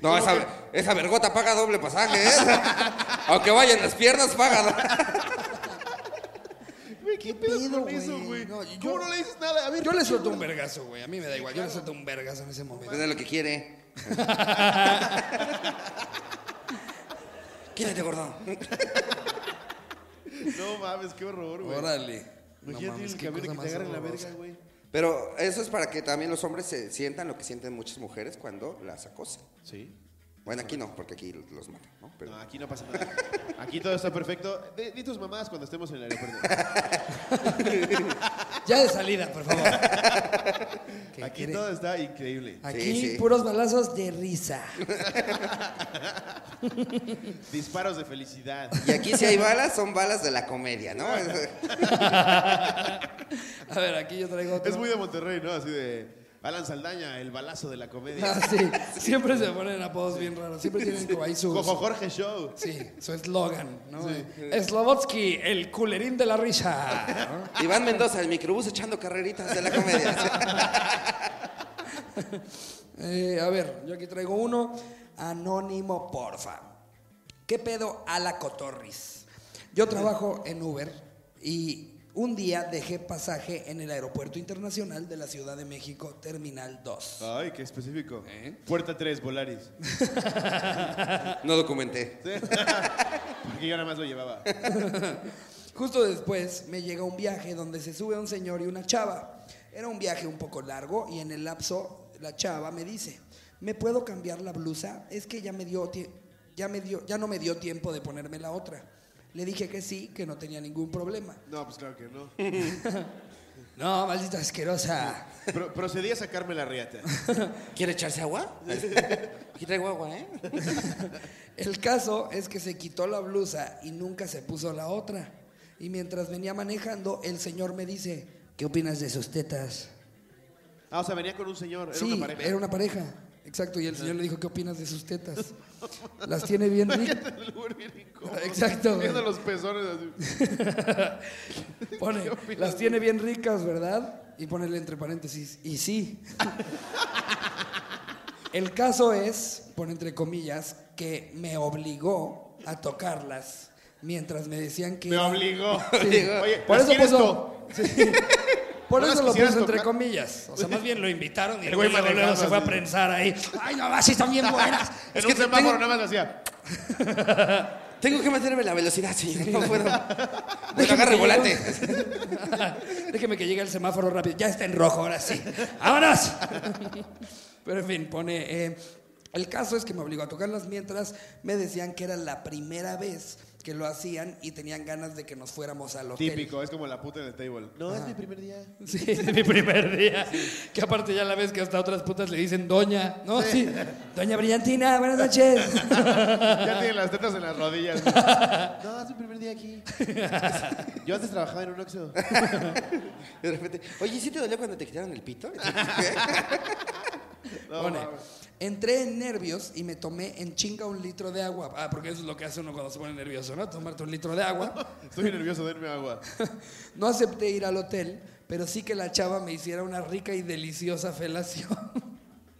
Speaker 3: No, esa, esa vergota paga doble pasaje, ¿eh? Aunque vayan las piernas, paga.
Speaker 2: Güey, ¿qué, pedo,
Speaker 1: pedo,
Speaker 2: con eso,
Speaker 1: güey?
Speaker 2: güey?
Speaker 1: No, yo-
Speaker 2: ¿Cómo no le dices nada? A ver,
Speaker 1: Yo le suelto un vergazo, güey. A mí me da igual. Yo le suelto un vergazo en ese momento.
Speaker 3: Tiene lo que quiere. Quírate, gordo.
Speaker 2: Pues No mames, qué horror, güey.
Speaker 1: Órale. No
Speaker 2: Imagínate
Speaker 1: mames,
Speaker 2: el
Speaker 1: qué
Speaker 2: camión que
Speaker 1: cosa más
Speaker 2: te agarren la
Speaker 1: horrorosa.
Speaker 2: verga, güey.
Speaker 3: Pero eso es para que también los hombres se sientan lo que sienten muchas mujeres cuando las acosan.
Speaker 2: Sí.
Speaker 3: Bueno, aquí no, porque aquí los matan, ¿no? Pero-
Speaker 2: No, aquí no pasa nada. Aquí todo está perfecto. Di, di tus mamadas cuando estemos en el aeropuerto.
Speaker 1: Ya de salida, por favor. ¿Qué
Speaker 2: Aquí
Speaker 1: quiere?
Speaker 2: todo está increíble.
Speaker 1: Aquí
Speaker 3: Sí, sí.
Speaker 1: puros balazos de risa.
Speaker 2: Disparos de felicidad.
Speaker 3: Y aquí si hay balas, son balas de la comedia, ¿no?
Speaker 1: A ver, aquí yo traigo otro.
Speaker 2: Es muy de Monterrey, ¿no? Así de Alan Saldaña, el balazo de la comedia.
Speaker 1: Ah, sí. Siempre se ponen apodos bien raros. Siempre tienen como ahí sus-
Speaker 2: Cojo Jorge Show.
Speaker 1: Sí, su eslogan, ¿no? Slovotsky, el culerín de la risa.
Speaker 2: Ah.
Speaker 1: ¿no?
Speaker 3: Iván Mendoza, el microbús echando carreritas de la comedia.
Speaker 1: Eh, a ver, yo aquí traigo uno. Anónimo, porfa. ¿Qué pedo a la cotorris? Yo trabajo en Uber y un día dejé pasaje en el Aeropuerto Internacional de la Ciudad de México, Terminal 2.
Speaker 2: Ay, qué específico. Puerta 3, Volaris.
Speaker 3: No documenté.
Speaker 2: Porque yo nada más lo llevaba.
Speaker 1: Justo después me llega un viaje donde se sube un señor y una chava. Era un viaje un poco largo y en el lapso la chava me dice, ¿me puedo cambiar la blusa? Es que ya me dio, tie- ya me dio, ya no me dio tiempo de ponerme la otra. Le dije que sí, que no tenía ningún problema.
Speaker 2: No, pues claro que no.
Speaker 1: No, maldita asquerosa.
Speaker 2: Pro- procedí a sacarme la riata.
Speaker 6: ¿Quiere echarse agua? Aquí traigo agua, ¿eh?
Speaker 1: El caso es que se quitó la blusa y nunca se puso la otra. Y mientras venía manejando, el señor me dice, ¿qué opinas de sus tetas?
Speaker 2: Ah, o sea, venía con un señor, era
Speaker 1: sí,
Speaker 2: una pareja.
Speaker 1: era una pareja. Exacto, y el señor le dijo, ¿qué opinas de sus tetas? Las tiene bien ricas.
Speaker 2: El lugar bien incómodo.
Speaker 1: Exacto.
Speaker 2: Viendo los pezones así.
Speaker 1: Pone,
Speaker 2: opinas
Speaker 1: las
Speaker 2: de-
Speaker 1: tiene bien ricas, ¿verdad? Y ponele entre paréntesis, y sí. El caso es, pone entre comillas, que me obligó a tocarlas mientras me decían que...
Speaker 2: Me
Speaker 1: era-
Speaker 2: obligó. Oye,
Speaker 1: Por
Speaker 2: ¿las
Speaker 1: eso
Speaker 2: quieres
Speaker 1: puso. Sí. Por
Speaker 2: ¿No las
Speaker 1: eso lo puso
Speaker 2: quisieras
Speaker 1: entre
Speaker 2: tocar?
Speaker 1: comillas.
Speaker 5: O sea, más bien lo invitaron y
Speaker 2: El
Speaker 5: el
Speaker 2: güey
Speaker 5: güey luego, luego
Speaker 2: manejando
Speaker 5: se fue a
Speaker 2: así.
Speaker 5: prensar ahí.
Speaker 1: Ay, no, vas, sí están bien buenas.
Speaker 2: En
Speaker 1: Es
Speaker 2: un
Speaker 1: que te
Speaker 2: semáforo
Speaker 1: tengo-
Speaker 2: nada más le hacía.
Speaker 3: Tengo que mantenerme la velocidad, señor. No puedo. Bueno,
Speaker 1: Déjeme
Speaker 3: agarre
Speaker 1: que
Speaker 3: volante.
Speaker 1: Déjeme que llegue el semáforo rápido. Ya está en rojo, ahora sí. ¡Vámonos! Pero en fin, pone. eh, el caso es que me obligó a tocarlas mientras me decían que era la primera vez que lo hacían y tenían ganas de que nos fuéramos al hotel.
Speaker 2: Típico, es como la puta en el table. No, es mi primer día.
Speaker 5: Sí, es mi primer día. Que aparte ya la ves que hasta otras putas le dicen doña. No, sí.
Speaker 1: Doña Brillantina, buenas noches.
Speaker 2: Ya tiene las tetas en las rodillas. no, es mi primer día aquí. Yo antes trabajaba en un Oxxo.
Speaker 3: De repente, oye, ¿sí te dolió cuando te quitaron el pito?
Speaker 2: No,
Speaker 1: Pone,
Speaker 2: mames.
Speaker 1: entré en nervios y me tomé en chinga un litro de agua. Ah, porque eso es lo que hace uno cuando se pone nervioso, ¿no? Tomarte un litro de agua.
Speaker 2: Estoy nervioso, denme agua.
Speaker 1: No acepté ir al hotel, pero sí que la chava me hiciera una rica y deliciosa felación.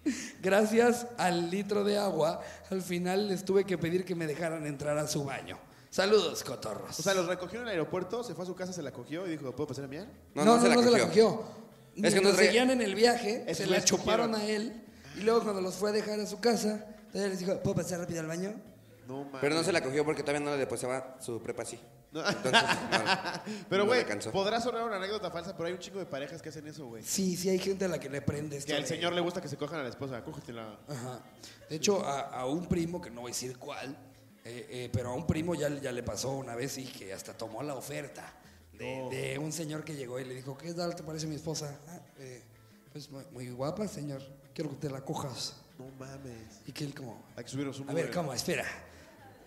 Speaker 1: Gracias al litro de agua, al final les tuve que pedir que me dejaran entrar a su baño. Saludos, cotorros.
Speaker 2: O sea, los recogió en el aeropuerto, se fue a su casa, se la cogió y dijo, ¿puedo pasar a miar?
Speaker 1: no, no, no, se, la cogió.
Speaker 3: Es
Speaker 1: Es
Speaker 3: que
Speaker 1: que
Speaker 3: no traía-
Speaker 1: seguían en el viaje,
Speaker 2: Es
Speaker 1: se
Speaker 2: que
Speaker 1: la
Speaker 2: les
Speaker 1: chuparon a
Speaker 2: cogieron.
Speaker 1: él. Y luego cuando los fue a dejar a su casa, ella les dijo, ¿puedo pasar rápido al baño?
Speaker 2: No, mames.
Speaker 3: Pero no se la cogió porque todavía no le depositaba su prepa así.
Speaker 2: No.
Speaker 3: Entonces,
Speaker 2: Pero, güey,
Speaker 3: cansó.
Speaker 2: podrá sonar una anécdota falsa, pero hay un chingo de parejas que hacen eso, güey.
Speaker 1: Sí, sí hay gente a la que le prende esto.
Speaker 2: Que al
Speaker 1: de-
Speaker 2: señor le gusta que se cojan a la esposa, cógetela.
Speaker 1: Ajá. De hecho, a, a un primo, que no voy a decir cuál, eh, eh, pero a un primo ya, ya le pasó una vez y que hasta tomó la oferta de,
Speaker 2: Oh.
Speaker 1: de un señor que llegó y le dijo, ¿qué tal te parece mi esposa? "Ah, eh, pues muy, muy guapa, señor. Quiero que te la cojas.
Speaker 2: No mames.
Speaker 1: Y que él como,
Speaker 2: Hay que subirnos un
Speaker 1: a ver,
Speaker 2: Uber.
Speaker 1: ¿cómo? Espera.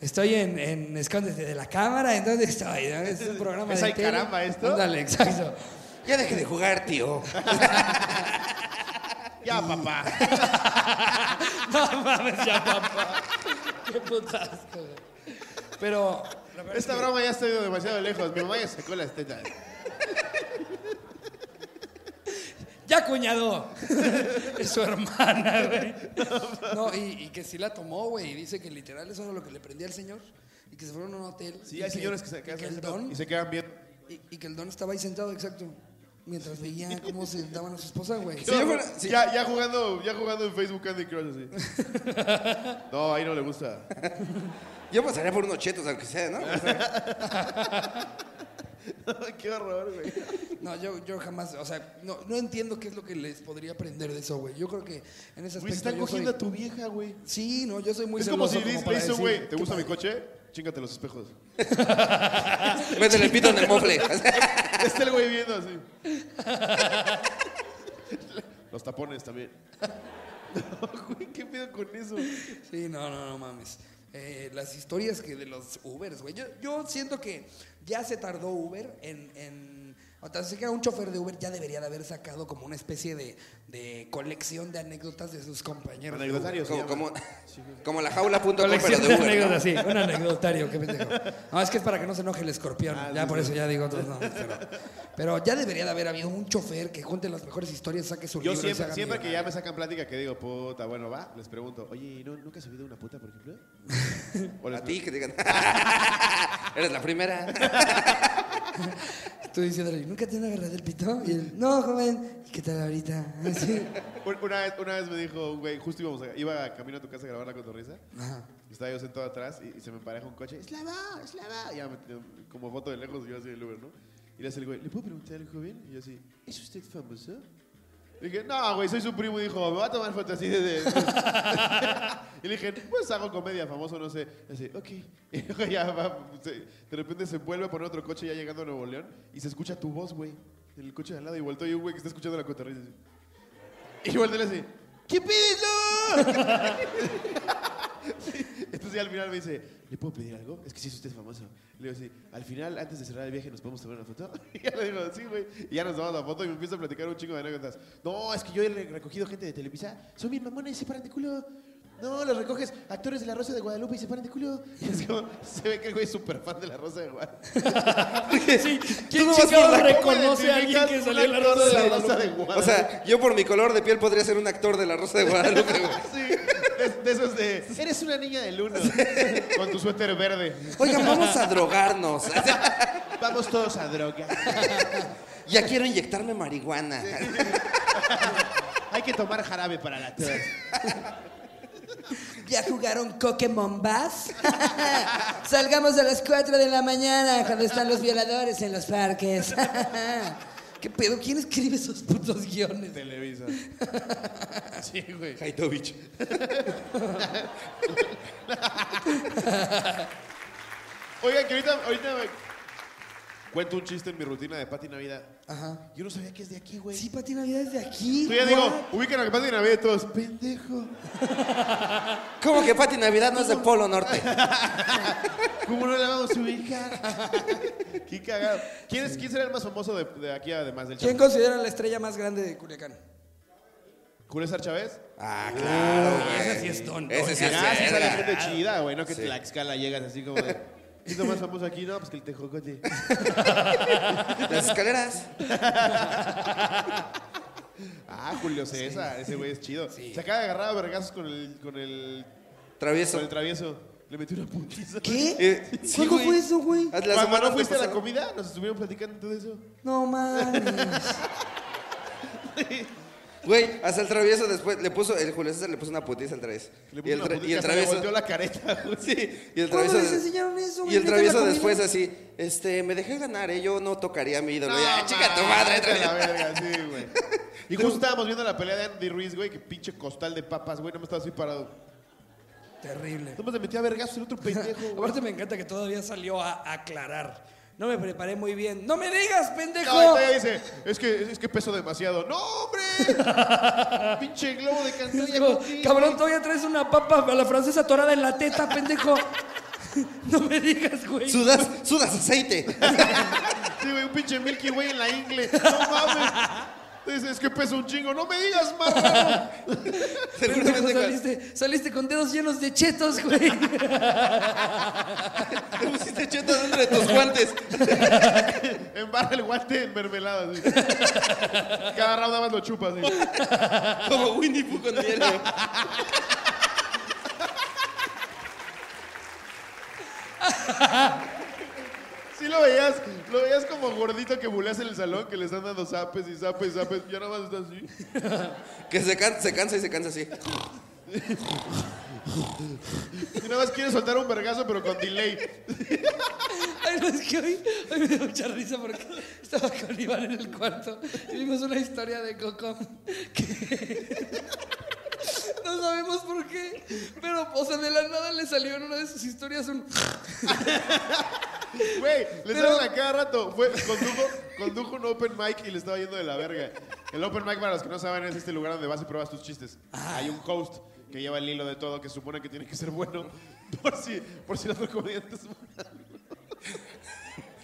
Speaker 1: Estoy en, en Escóndete de la Cámara. ¿En dónde estoy? ¿No? Es un programa
Speaker 2: ¿Es
Speaker 1: de
Speaker 2: Ay
Speaker 1: tele.
Speaker 2: Caramba esto?
Speaker 1: Ándale, exacto.
Speaker 3: Ya deje de jugar, tío.
Speaker 2: Ya, papá.
Speaker 5: No mames, ya papá. Qué putasco.
Speaker 1: Pero
Speaker 2: Esta broma ya está ido demasiado lejos. Mi mamá ya sacó las tetas.
Speaker 5: Ya cuñado. Es su hermana, güey.
Speaker 1: No, y, y que sí la tomó, güey. Y dice que literal eso era lo que le prendía al señor. Y que se fueron a un hotel.
Speaker 2: Sí,
Speaker 1: y
Speaker 2: hay señores que se
Speaker 1: y que
Speaker 2: quedan
Speaker 1: el don,
Speaker 2: y se quedan bien.
Speaker 1: y, y que el don estaba ahí sentado, exacto. Mientras veía cómo se daban a su esposa, güey.
Speaker 3: Sí, yo fuera- sí.
Speaker 2: ya, ya jugando, ya jugando en Facebook Candy Crush así. No, ahí no le gusta.
Speaker 3: Yo pasaría por unos chetos, aunque sea, ¿no? O sea,
Speaker 2: Qué horror, güey.
Speaker 1: No, yo, yo jamás, o sea, no, no entiendo qué es lo que les podría aprender de eso, güey. Yo creo que en ese aspecto.
Speaker 2: Güey, se están
Speaker 1: yo
Speaker 2: cogiendo
Speaker 1: soy-
Speaker 2: a tu vieja, güey.
Speaker 1: Sí, no, yo soy muy
Speaker 2: Es como si
Speaker 1: celoso
Speaker 2: le
Speaker 1: para
Speaker 2: dice,
Speaker 1: decir,
Speaker 2: güey, ¿te
Speaker 1: qué
Speaker 2: gusta mi
Speaker 1: padre.
Speaker 2: coche? Chingate los espejos.
Speaker 3: métele el pito en el mofle.
Speaker 2: Está el güey viendo así. Los tapones también. No, güey, ¿qué pedo con eso?
Speaker 1: Sí, no, no, no mames. Eh, las historias que de los Ubers, güey. Yo, yo siento que ya se tardó Uber en. en o sea, sé que un chofer de Uber ya debería de haber sacado como una especie de, de colección de anécdotas de sus compañeros. de Uber.
Speaker 2: Anecdotarios.
Speaker 3: Como,
Speaker 2: Como,
Speaker 3: como, como la jaula.com, pero
Speaker 5: Colección
Speaker 3: de
Speaker 5: de
Speaker 3: Uber. ¿no?
Speaker 5: anécdotas, sí.
Speaker 1: Un anecdotario, qué pendejo. No, es que es para que no se enoje el escorpión. ya por eso ya digo otros nombres. Pero, pero ya debería de haber habido un chofer que junte las mejores historias, saque su
Speaker 2: Yo
Speaker 1: libro. y se
Speaker 2: siempre,
Speaker 1: haga
Speaker 2: siempre que ya
Speaker 1: millonario.
Speaker 2: me sacan plática que digo, puta, bueno, va, les pregunto, oye, ¿no, ¿nunca has subido una puta, por ejemplo? O les-
Speaker 3: A ti que digan. Eres la primera.
Speaker 1: Tú diciéndole, ¿nunca te han agarrado el pito? Y él, no, joven. ¿Y qué tal ahorita? Ah, Así.
Speaker 2: Un- Una vez, una vez me dijo, un güey, justo íbamos a- iba camino a tu casa a grabar la cotorriza. Y estaba yo sentado atrás y, y se me empareja un coche. ¡Slava! ¡Slava! Ya me- como foto de lejos yo así del Uber, ¿no? Y le hace el güey, ¿le puedo preguntar al joven? Y yo así, ¿es usted famoso? Le dije, no, güey, soy su primo. Y dijo, me va a tomar fotos así de... de- y le dije, pues hago comedia, famoso, no sé. Y así, ok. Y luego ya va, se- de repente se vuelve a poner otro coche ya llegando a Nuevo León y se escucha tu voz, güey. El coche de al lado y voltó y un güey que está escuchando la cotorrisa. así. Y volteé y le dice, ¿qué pides, no? Entonces ya al final me dice, ¿le puedo pedir algo? Es que sí es usted famoso. Le digo así, al final, antes de cerrar el viaje, ¿nos podemos tomar una foto? Y ya le digo, sí, güey. Y ya nos tomamos la foto y me empieza a platicar un chingo de anécdotas. No, es que yo he re- recogido gente de Televisa. Son bien mamones, se paran de culo. No, los recoges actores de La Rosa de Guadalupe y se paran de culo. Y es como, se ve que el güey es súper fan de La Rosa de Guadalupe.
Speaker 5: Sí, ¿quién
Speaker 3: vas por
Speaker 5: chingado
Speaker 3: la cola,
Speaker 5: reconoce a alguien que salió
Speaker 2: Identificas
Speaker 5: en la
Speaker 2: un
Speaker 5: rosa
Speaker 2: actor
Speaker 5: de
Speaker 2: la Rosa de
Speaker 3: O
Speaker 2: Guadalupe.
Speaker 3: sea, yo por mi color de piel podría ser un actor de La Rosa de Guadalupe, güey.
Speaker 2: Sí, de, de esos de. Eres una niña del uno. Con tu suéter verde.
Speaker 3: Oigan, vamos a drogarnos.
Speaker 2: Vamos todos a droga.
Speaker 3: Ya quiero inyectarme marihuana.
Speaker 2: Hay que tomar jarabe para la tos.
Speaker 1: ¿Ya jugaron Coque Mombás? Salgamos a las 4 de la mañana cuando están los violadores en los parques.
Speaker 5: ¿Qué pedo? ¿Quién escribe esos putos guiones?
Speaker 2: Televisa. Sí, güey.
Speaker 3: Haitovich.
Speaker 2: Oigan, que ahorita, ahorita me cuento un chiste en mi rutina de Pati Navidad. Ajá. Yo no sabía que es de aquí, güey.
Speaker 1: Sí, Pati Navidad es de aquí.
Speaker 2: Tú ya digo, ubican a Pati Navidad y todos, pendejo.
Speaker 3: ¿Cómo que Pati Navidad no es de Polo Norte?
Speaker 2: ¿Cómo no la vamos a ubicar? Qué cagado. ¿Quién, es, ¿Quién será el más famoso de, de aquí, además del
Speaker 1: ¿Quién
Speaker 2: chavo?
Speaker 1: consideran la estrella más grande de Culiacán?
Speaker 2: ¿Julio Chávez?
Speaker 3: Ah, claro, güey.
Speaker 5: Ese sí es tonto.
Speaker 3: Ese sí es
Speaker 2: Ya, sí sale
Speaker 3: verga.
Speaker 2: gente chida, güey, no que
Speaker 3: Sí.
Speaker 2: Tlaxcala llegas así como de. ¿Qué es lo más famoso aquí? No, pues que el tejocote.
Speaker 3: Las escaleras.
Speaker 2: Ah, Julio César, ese güey es chido. Se acaba de agarrar a vergazos con el, con el,
Speaker 3: Travieso.
Speaker 2: con el travieso. Le metió una puntiza.
Speaker 3: Eh, sí,
Speaker 1: ¿Cuándo
Speaker 3: güey.
Speaker 1: fue eso, güey?
Speaker 3: La
Speaker 2: Cuando
Speaker 3: semana
Speaker 2: no fuiste a la
Speaker 3: antepasada.
Speaker 2: comida, nos estuvieron platicando todo eso.
Speaker 1: No mames.
Speaker 3: Güey, hasta el travieso después le puso, el Julio César le puso una putiza al travieso.
Speaker 2: Le
Speaker 3: Y
Speaker 2: puso
Speaker 3: el,
Speaker 2: una
Speaker 3: tra-
Speaker 2: puntiza
Speaker 3: y el
Speaker 2: hasta le
Speaker 3: travieso.
Speaker 2: volteó la careta. güey.
Speaker 3: Sí, y el
Speaker 1: ¿Cuándo
Speaker 3: travieso.
Speaker 1: les enseñaron eso, güey?
Speaker 3: y el
Speaker 1: ¿Neta
Speaker 3: travieso
Speaker 1: la comida?
Speaker 3: después así, este, me dejé ganar, ¿eh? yo no tocaría a mi ídolo.
Speaker 2: No,
Speaker 3: Ya, chica tu
Speaker 2: mames,
Speaker 3: madre,
Speaker 2: vete a
Speaker 3: travieso.
Speaker 2: la verga, sí, güey. Y justo estábamos viendo la pelea de Andy Ruiz, güey, que pinche costal de papas, güey, no me estaba así parado.
Speaker 1: Terrible.
Speaker 2: Nomás le metía vergazos el otro pendejo, güey.
Speaker 5: Aparte me encanta que todavía salió a aclarar. No me preparé muy bien. ¡No me digas, pendejo!
Speaker 2: No, y todavía dice, es que, es que peso demasiado. ¡No, hombre! Pinche globo de canción ya
Speaker 5: Digo,
Speaker 2: contigo.
Speaker 5: Cabrón, todavía traes una papa a la francesa atorada en la teta, pendejo. No me digas, güey.
Speaker 3: Sudas, sudas aceite.
Speaker 2: Sí, güey, un pinche Milky Way en la ingle. ¡No mames! Dice, es que peso un chingo. ¡No me digas, marrano!
Speaker 3: Seguramente
Speaker 5: Pendejo,
Speaker 3: cuando-
Speaker 5: saliste, saliste con dedos llenos de chetos, güey.
Speaker 3: te pusiste chetos dentro de tus guantes.
Speaker 2: Embarra el guante en mermelada. así. Cada round nada más lo chupas. así.
Speaker 3: Como Winnie Pooh con hielo.
Speaker 2: Sí lo veías, lo veías como gordito que buleas en el salón, que le están dando zapes y zapes y zapes. Ya nada más está así.
Speaker 3: Que se, can- se cansa y se cansa así.
Speaker 2: Y nada más quiere soltar un vergazo, pero con delay.
Speaker 5: Ay, no, es que hoy, hoy me dio mucha risa porque estaba con Iván en el cuarto y vimos una historia de Coco que no sabemos por qué, pero, o sea, de la nada le salió en una de sus historias un...
Speaker 2: Güey, le salen a cada rato. Fue, condujo, condujo un open mic y le estaba yendo de la verga. El open mic, para los que no saben, es este lugar donde vas y pruebas tus chistes. Hay un host que lleva el hilo de todo, que supone que tiene que ser bueno, por si, por si el otro comediante es bueno.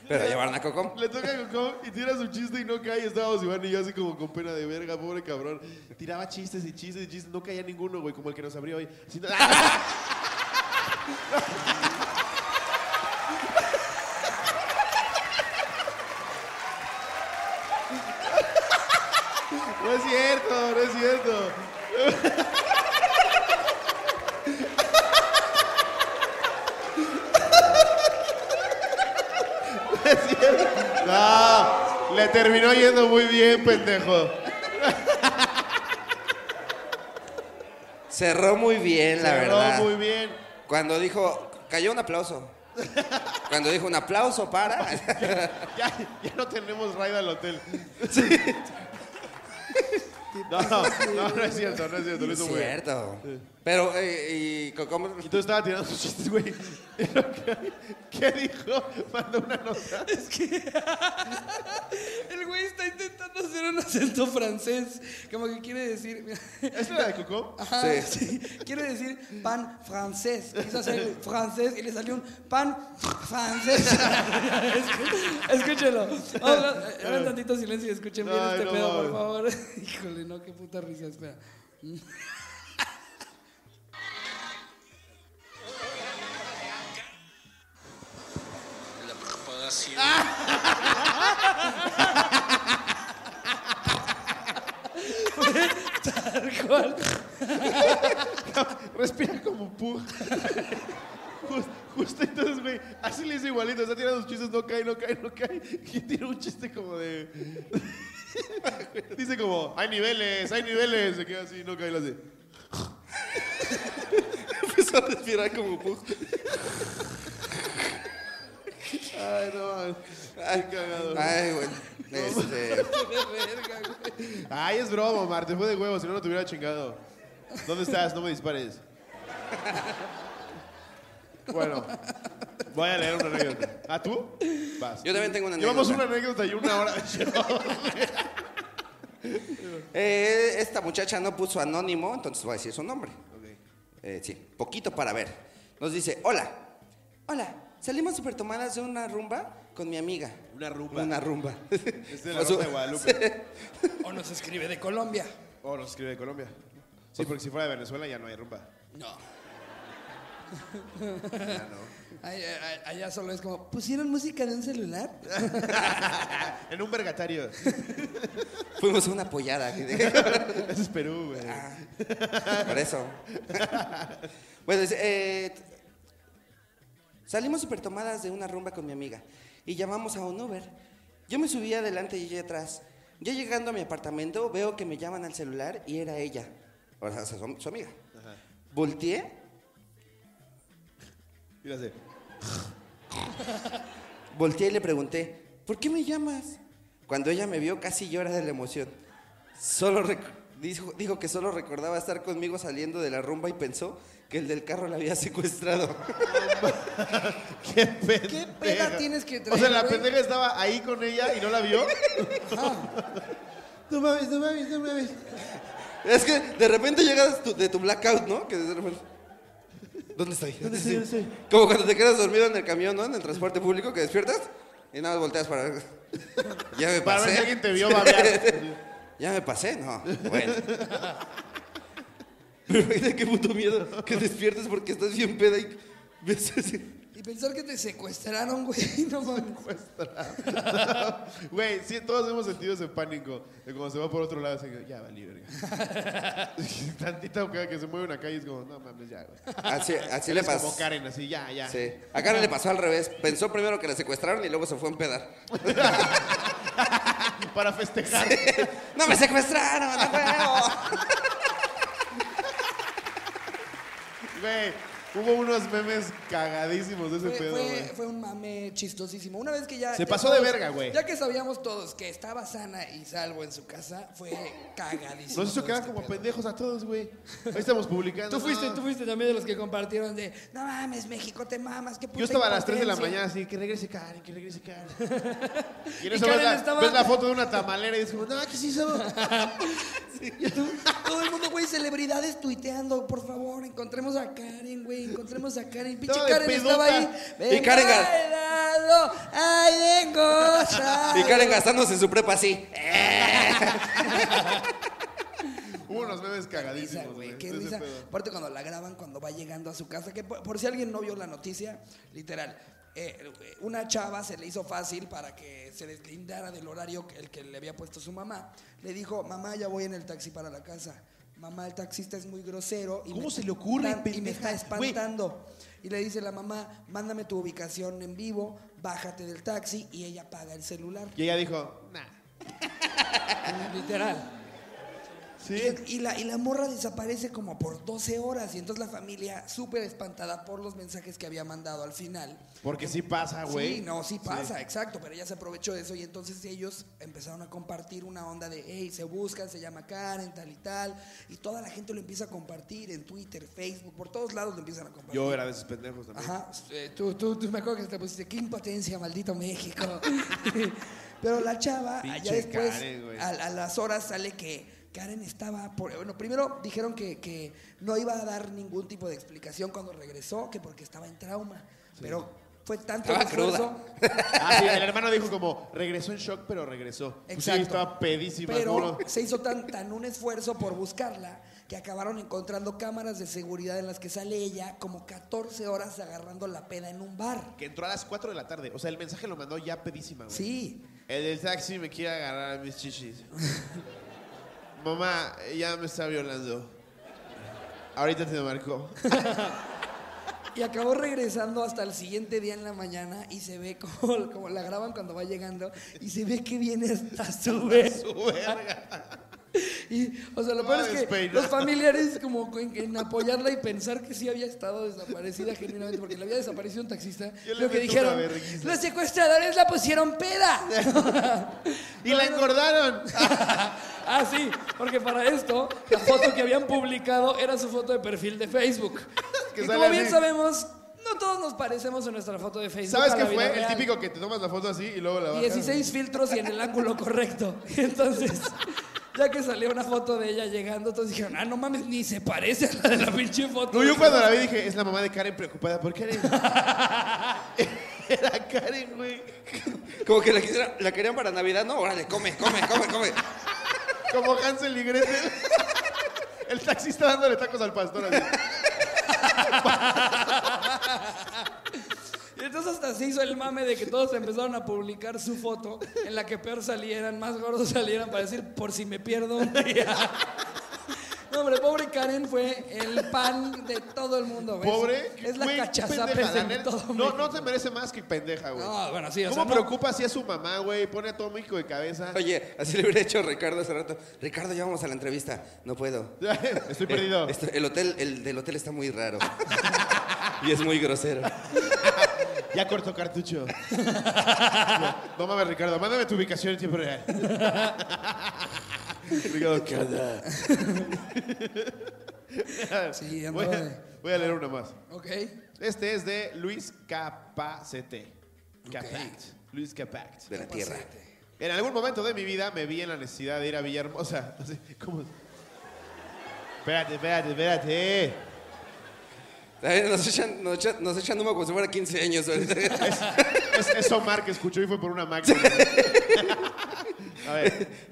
Speaker 3: Pero llevaron a Cocom.
Speaker 2: Le toca a Coco y tira su chiste y no cae. Estábamos Iván y yo así como con pena de verga, pobre cabrón. Tiraba chistes y chistes y chistes. No caía ninguno, güey, como el que nos abrió hoy. Así, no- No es cierto, no es cierto. No es cierto. No, le terminó yendo muy bien, pendejo.
Speaker 3: Cerró muy bien, la
Speaker 2: Cerró
Speaker 3: verdad.
Speaker 2: muy bien.
Speaker 3: Cuando dijo, cayó un aplauso. Cuando dijo un aplauso para.
Speaker 2: Ya, ya no tenemos raid al hotel. No, no, no, no es cierto, no es cierto. Lo hizo muy bien.
Speaker 3: Cierto. Pero, eh, y Cocom
Speaker 2: Y tú estaba tirando sus chistes, güey. ¿Qué dijo? Mandó una nota.
Speaker 5: Es que el güey está intentando hacer un acento francés. Como que quiere decir.
Speaker 2: ¿Es la de Coco?
Speaker 5: Ajá,
Speaker 3: Sí.
Speaker 5: sí. Quiere decir pan francés. Quiso hacer francés y le salió un pan francés. Escúchelo. Hagan hagan tantito silencio y escuchen bien
Speaker 2: Ay,
Speaker 5: este
Speaker 2: no
Speaker 5: pedo, por
Speaker 2: mames.
Speaker 5: favor. Híjole, no, qué puta risa. Espera.
Speaker 4: La propagación.
Speaker 5: Tal cual.
Speaker 2: Respira como pug. Jus- Justo entonces, güey, así le hizo igualito. Está tirando sus chistes, no cae, no cae, no cae. Y tira un chiste como de. Dice como, hay niveles, hay niveles. Se queda así, no cae, lo hace.
Speaker 3: empezó a respirar como pug.
Speaker 2: Ay, no, mames.
Speaker 3: Ay,
Speaker 2: cagado.
Speaker 3: Ay, güey. Este,
Speaker 2: Ay, es broma, Omar, te fue de huevo, si no, no te hubiera chingado. ¿Dónde estás? No me dispares. Bueno, voy a leer una anécdota. ¿Ah, tú? Vas.
Speaker 3: Yo también tengo una
Speaker 2: Llevamos una
Speaker 3: anécdota.
Speaker 2: anécdota y una hora.
Speaker 3: eh, esta muchacha no puso anónimo, entonces voy a decir su nombre. Eh, sí, poquito para ver. Nos dice, hola, hola, salimos súper tomadas de una rumba con mi amiga.
Speaker 2: Una rumba.
Speaker 3: Una rumba.
Speaker 2: Es de la Rosa de Guadalupe.
Speaker 1: O nos escribe de Colombia.
Speaker 2: Oh, nos escribe de Colombia. Sí, porque si fuera de Venezuela ya no hay rumba.
Speaker 1: No. Ay, ay, ay, Allá solo es como, ¿pusieron música de un celular?
Speaker 2: En un vergatario.
Speaker 3: Fuimos a una pollada.
Speaker 2: Eso es Perú, güey.
Speaker 1: Ah.
Speaker 3: Por eso. bueno, dice, eh, salimos súper tomadas de una rumba con mi amiga y llamamos a un Uber. Yo me subí adelante y ella atrás. Ya llegando a mi apartamento veo que me llaman al celular y era ella, o sea, su, su amiga. Volteé,
Speaker 2: Y la hace.
Speaker 3: volteé y le pregunté, ¿por qué me llamas? Cuando ella me vio casi llora de la emoción. Solo rec- dijo, dijo que solo recordaba estar conmigo saliendo de la rumba y pensó que el del carro la había secuestrado.
Speaker 2: ¿Qué pendeja?
Speaker 1: ¿Qué peda tienes que
Speaker 2: O
Speaker 1: traer,
Speaker 2: sea, la
Speaker 1: güey?
Speaker 2: pendeja estaba ahí con ella y no la vio.
Speaker 1: Ah.
Speaker 2: No mames, no mames, no mames.
Speaker 3: Es que de repente llegas tu- de tu blackout, ¿no? Que de repente- ¿Dónde estoy? ¿Dónde estoy? Como cuando te quedas dormido en el camión, ¿no? En el transporte público, que despiertas y nada más volteas para ver. Ya me
Speaker 2: Para ver si
Speaker 3: pasé.
Speaker 2: alguien te vio babear.
Speaker 3: Ya me pasé, no. Bueno. Pero imagínate qué puto miedo que despiertes porque estás bien peda y ves así.
Speaker 1: Y pensar que te secuestraron, güey. No mames.
Speaker 2: Güey, sí, todos hemos sentido ese pánico. De cuando se va por otro lado, así que, ya valí, verga. Tantita que, que se mueve una calle es como, no mames, ya, güey.
Speaker 3: Así, así le
Speaker 2: Eres como
Speaker 3: pasó.
Speaker 2: Karen, así, ya, ya.
Speaker 3: Sí. A Karen le pasó al revés. Pensó primero que la secuestraron y luego se fue a empedar.
Speaker 2: Para festejar.
Speaker 3: ¡No me secuestraron! ¡No huevo!
Speaker 2: Güey, hubo unos memes cagadísimos de ese
Speaker 1: Fue,
Speaker 2: pedo,
Speaker 1: fue-
Speaker 2: güey.
Speaker 1: fue un mame chistosísimo. Una vez que ya.
Speaker 2: Se
Speaker 1: ya
Speaker 2: pasó de verga, güey.
Speaker 1: Ya que sabíamos todos que estaba sana y salvo en su casa, fue cagadísimo.
Speaker 2: Nos hizo
Speaker 1: todo
Speaker 2: quedar
Speaker 1: este
Speaker 2: como
Speaker 1: pedo.
Speaker 2: pendejos a todos, güey. Ahí estamos publicando.
Speaker 1: Tú fuiste,
Speaker 2: no.
Speaker 1: tú fuiste también de los que compartieron de no mames, México, te mamas, qué puta
Speaker 2: Yo estaba a las 3 de la
Speaker 1: impotencia".
Speaker 2: mañana así, que regrese Karen, que regrese Karen. Y en
Speaker 5: Y
Speaker 2: eso
Speaker 5: Karen
Speaker 2: ves, la,
Speaker 5: estaba-
Speaker 2: ves la foto de una tamalera y dices, como, no, aquí sí somos.
Speaker 1: Todo el mundo, güey, celebridades tuiteando, por favor, encontremos a Karen, güey, encontremos a Karen. Pinche
Speaker 2: Estaba de
Speaker 1: Karen estaba ahí.
Speaker 2: pedota.
Speaker 1: "Venga,
Speaker 3: Y Karen ga-
Speaker 1: helado, ahí vengo,
Speaker 2: Ah.
Speaker 1: sal".
Speaker 3: Y Karen gastándose su prepa así.
Speaker 2: Hubo unos memes
Speaker 1: risa,
Speaker 2: cagadísimos,
Speaker 1: güey,
Speaker 2: güey.
Speaker 1: qué
Speaker 2: de ese
Speaker 1: risa.
Speaker 2: pedo.
Speaker 1: Aparte cuando la graban, cuando va llegando a su casa, que por, por si alguien no vio la noticia, literal, eh, una chava se le hizo fácil para que se deslindara del horario que, el que le había puesto su mamá. Le dijo, mamá, ya voy en el taxi para la casa. Mamá, el taxista es muy grosero. Y
Speaker 2: ¿Cómo
Speaker 1: me
Speaker 2: se le
Speaker 1: está
Speaker 2: ocurre,
Speaker 1: espantan- Y me
Speaker 2: pendeja?
Speaker 1: está espantando. Y le dice la mamá, mándame tu ubicación en vivo, bájate del taxi y ella paga el celular.
Speaker 2: Y ella dijo, nah.
Speaker 1: Literal.
Speaker 2: Sí.
Speaker 1: Y, y la, y la morra desaparece como por 12 horas. Y entonces la familia, súper espantada por los mensajes que había mandado al final.
Speaker 2: Porque sí pasa, Ah, güey.
Speaker 1: Sí, no, sí pasa, exacto. Pero ella se aprovechó de eso y entonces ellos empezaron a compartir una onda de, hey, se buscan, se llama Karen, tal y tal. Y toda la gente lo empieza a compartir en Twitter, Facebook, por todos lados lo empiezan a compartir.
Speaker 2: Yo era de esos pendejos también.
Speaker 1: Ajá, eh, tú, tú, tú me acuerdo que te pusiste, qué impotencia, maldito México. Pero la chava,
Speaker 2: Pinche
Speaker 1: allá después,
Speaker 2: Karen, güey.
Speaker 1: a, a las horas sale que Karen estaba, por, bueno, primero dijeron que, que no iba a dar ningún tipo de explicación cuando regresó, que porque estaba en trauma. Pero fue tanto el
Speaker 3: Estaba
Speaker 1: esfuerzo.
Speaker 2: Ah, sí, el hermano dijo como, regresó en shock, pero regresó. Pues Sí,
Speaker 1: Exacto.
Speaker 2: estaba pedísima,
Speaker 1: Pero
Speaker 2: seguro.
Speaker 1: se hizo tan, tan un esfuerzo por buscarla que acabaron encontrando cámaras de seguridad en las que sale ella como 14 horas agarrando la peda en un bar.
Speaker 2: Que entró a las 4 de la tarde. O sea, el mensaje lo mandó ya pedísima, güey.
Speaker 1: Sí,
Speaker 2: El del taxi me quiere agarrar a mis chichis. Mamá, ya me está violando. Ahorita te marco.
Speaker 1: Y acabó regresando hasta el siguiente día en la mañana y se ve como, como la graban cuando va llegando y se ve que viene hasta su vez.
Speaker 2: Su verga.
Speaker 1: Y, o sea, lo
Speaker 2: No,
Speaker 1: peor es que
Speaker 2: despeinada.
Speaker 1: los familiares como en, en apoyarla y pensar que sí había estado desaparecida genuinamente porque le había desaparecido un taxista.
Speaker 2: Yo le
Speaker 1: lo que
Speaker 2: meto
Speaker 1: dijeron,
Speaker 2: una vergüenza.
Speaker 1: los secuestradores la pusieron peda.
Speaker 2: Y la engordaron.
Speaker 1: Ah, sí, porque para esto la foto que habían publicado era su foto de perfil de Facebook.
Speaker 2: Que
Speaker 1: y
Speaker 2: sale
Speaker 1: como bien
Speaker 2: así.
Speaker 1: sabemos, no todos nos parecemos en nuestra foto de Facebook.
Speaker 2: ¿Sabes
Speaker 1: a la
Speaker 2: qué
Speaker 1: vida
Speaker 2: fue? El
Speaker 1: real.
Speaker 2: típico que te tomas la foto así y luego la bajas.
Speaker 1: 16 filtros y en el ángulo correcto. Y entonces, ya que salió una foto de ella llegando, todos dijeron, ah, no mames, ni se parece a la de la pinche foto.
Speaker 2: No, yo cuando la vi dije, es la mamá de Karen preocupada por Karen. Era Karen, güey.
Speaker 3: Como que la, quisiera- la querían para Navidad, ¿no? Órale, come, come, come, come.
Speaker 2: Como Hansel y Gretel. El taxista dándole tacos al pastor así.
Speaker 1: Y entonces hasta se hizo el mame de que todos empezaron a publicar su foto en la que peor salieran, más gordos salieran para decir, por si me pierdo un día. No, hombre, pobre Karen fue el pan de todo el mundo. ¿ves?
Speaker 2: Pobre.
Speaker 1: Pues, Es la
Speaker 2: güey, qué
Speaker 1: cachaza
Speaker 2: pendeja, la neta.
Speaker 1: todo
Speaker 2: No,
Speaker 1: México.
Speaker 2: no te merece más que pendeja, güey.
Speaker 1: No, bueno, sí, o
Speaker 2: ¿Cómo
Speaker 1: sea, no-
Speaker 2: preocupa así a su mamá, güey? Pone a todo México de cabeza.
Speaker 3: Oye, así le hubiera hecho Ricardo hace rato. Ricardo, ya vamos a la entrevista. No puedo.
Speaker 2: Estoy perdido.
Speaker 1: este-
Speaker 3: Eh, esto- el hotel, el del hotel está muy raro. y es muy grosero.
Speaker 2: Ya cortó cartucho. no mames, Ricardo. Mándame tu ubicación en tiempo real. Ricardo, ¿qué onda?
Speaker 1: Sí, andaba
Speaker 2: voy,
Speaker 1: de-
Speaker 2: a, voy a leer una más.
Speaker 1: Ok.
Speaker 2: Este es de Luis Capacete. Capact. Luis Capact.
Speaker 3: De la tierra.
Speaker 2: En algún momento de mi vida me vi en la necesidad de ir a Villahermosa. Así, ¿Cómo? Espérate, espérate, espérate.
Speaker 3: Ay, Nos echan, nos, echan, nos echan humo como si fuera 15 años. ahorita.
Speaker 2: Es, es, es Omar que escuchó y fue por una máquina. A ver.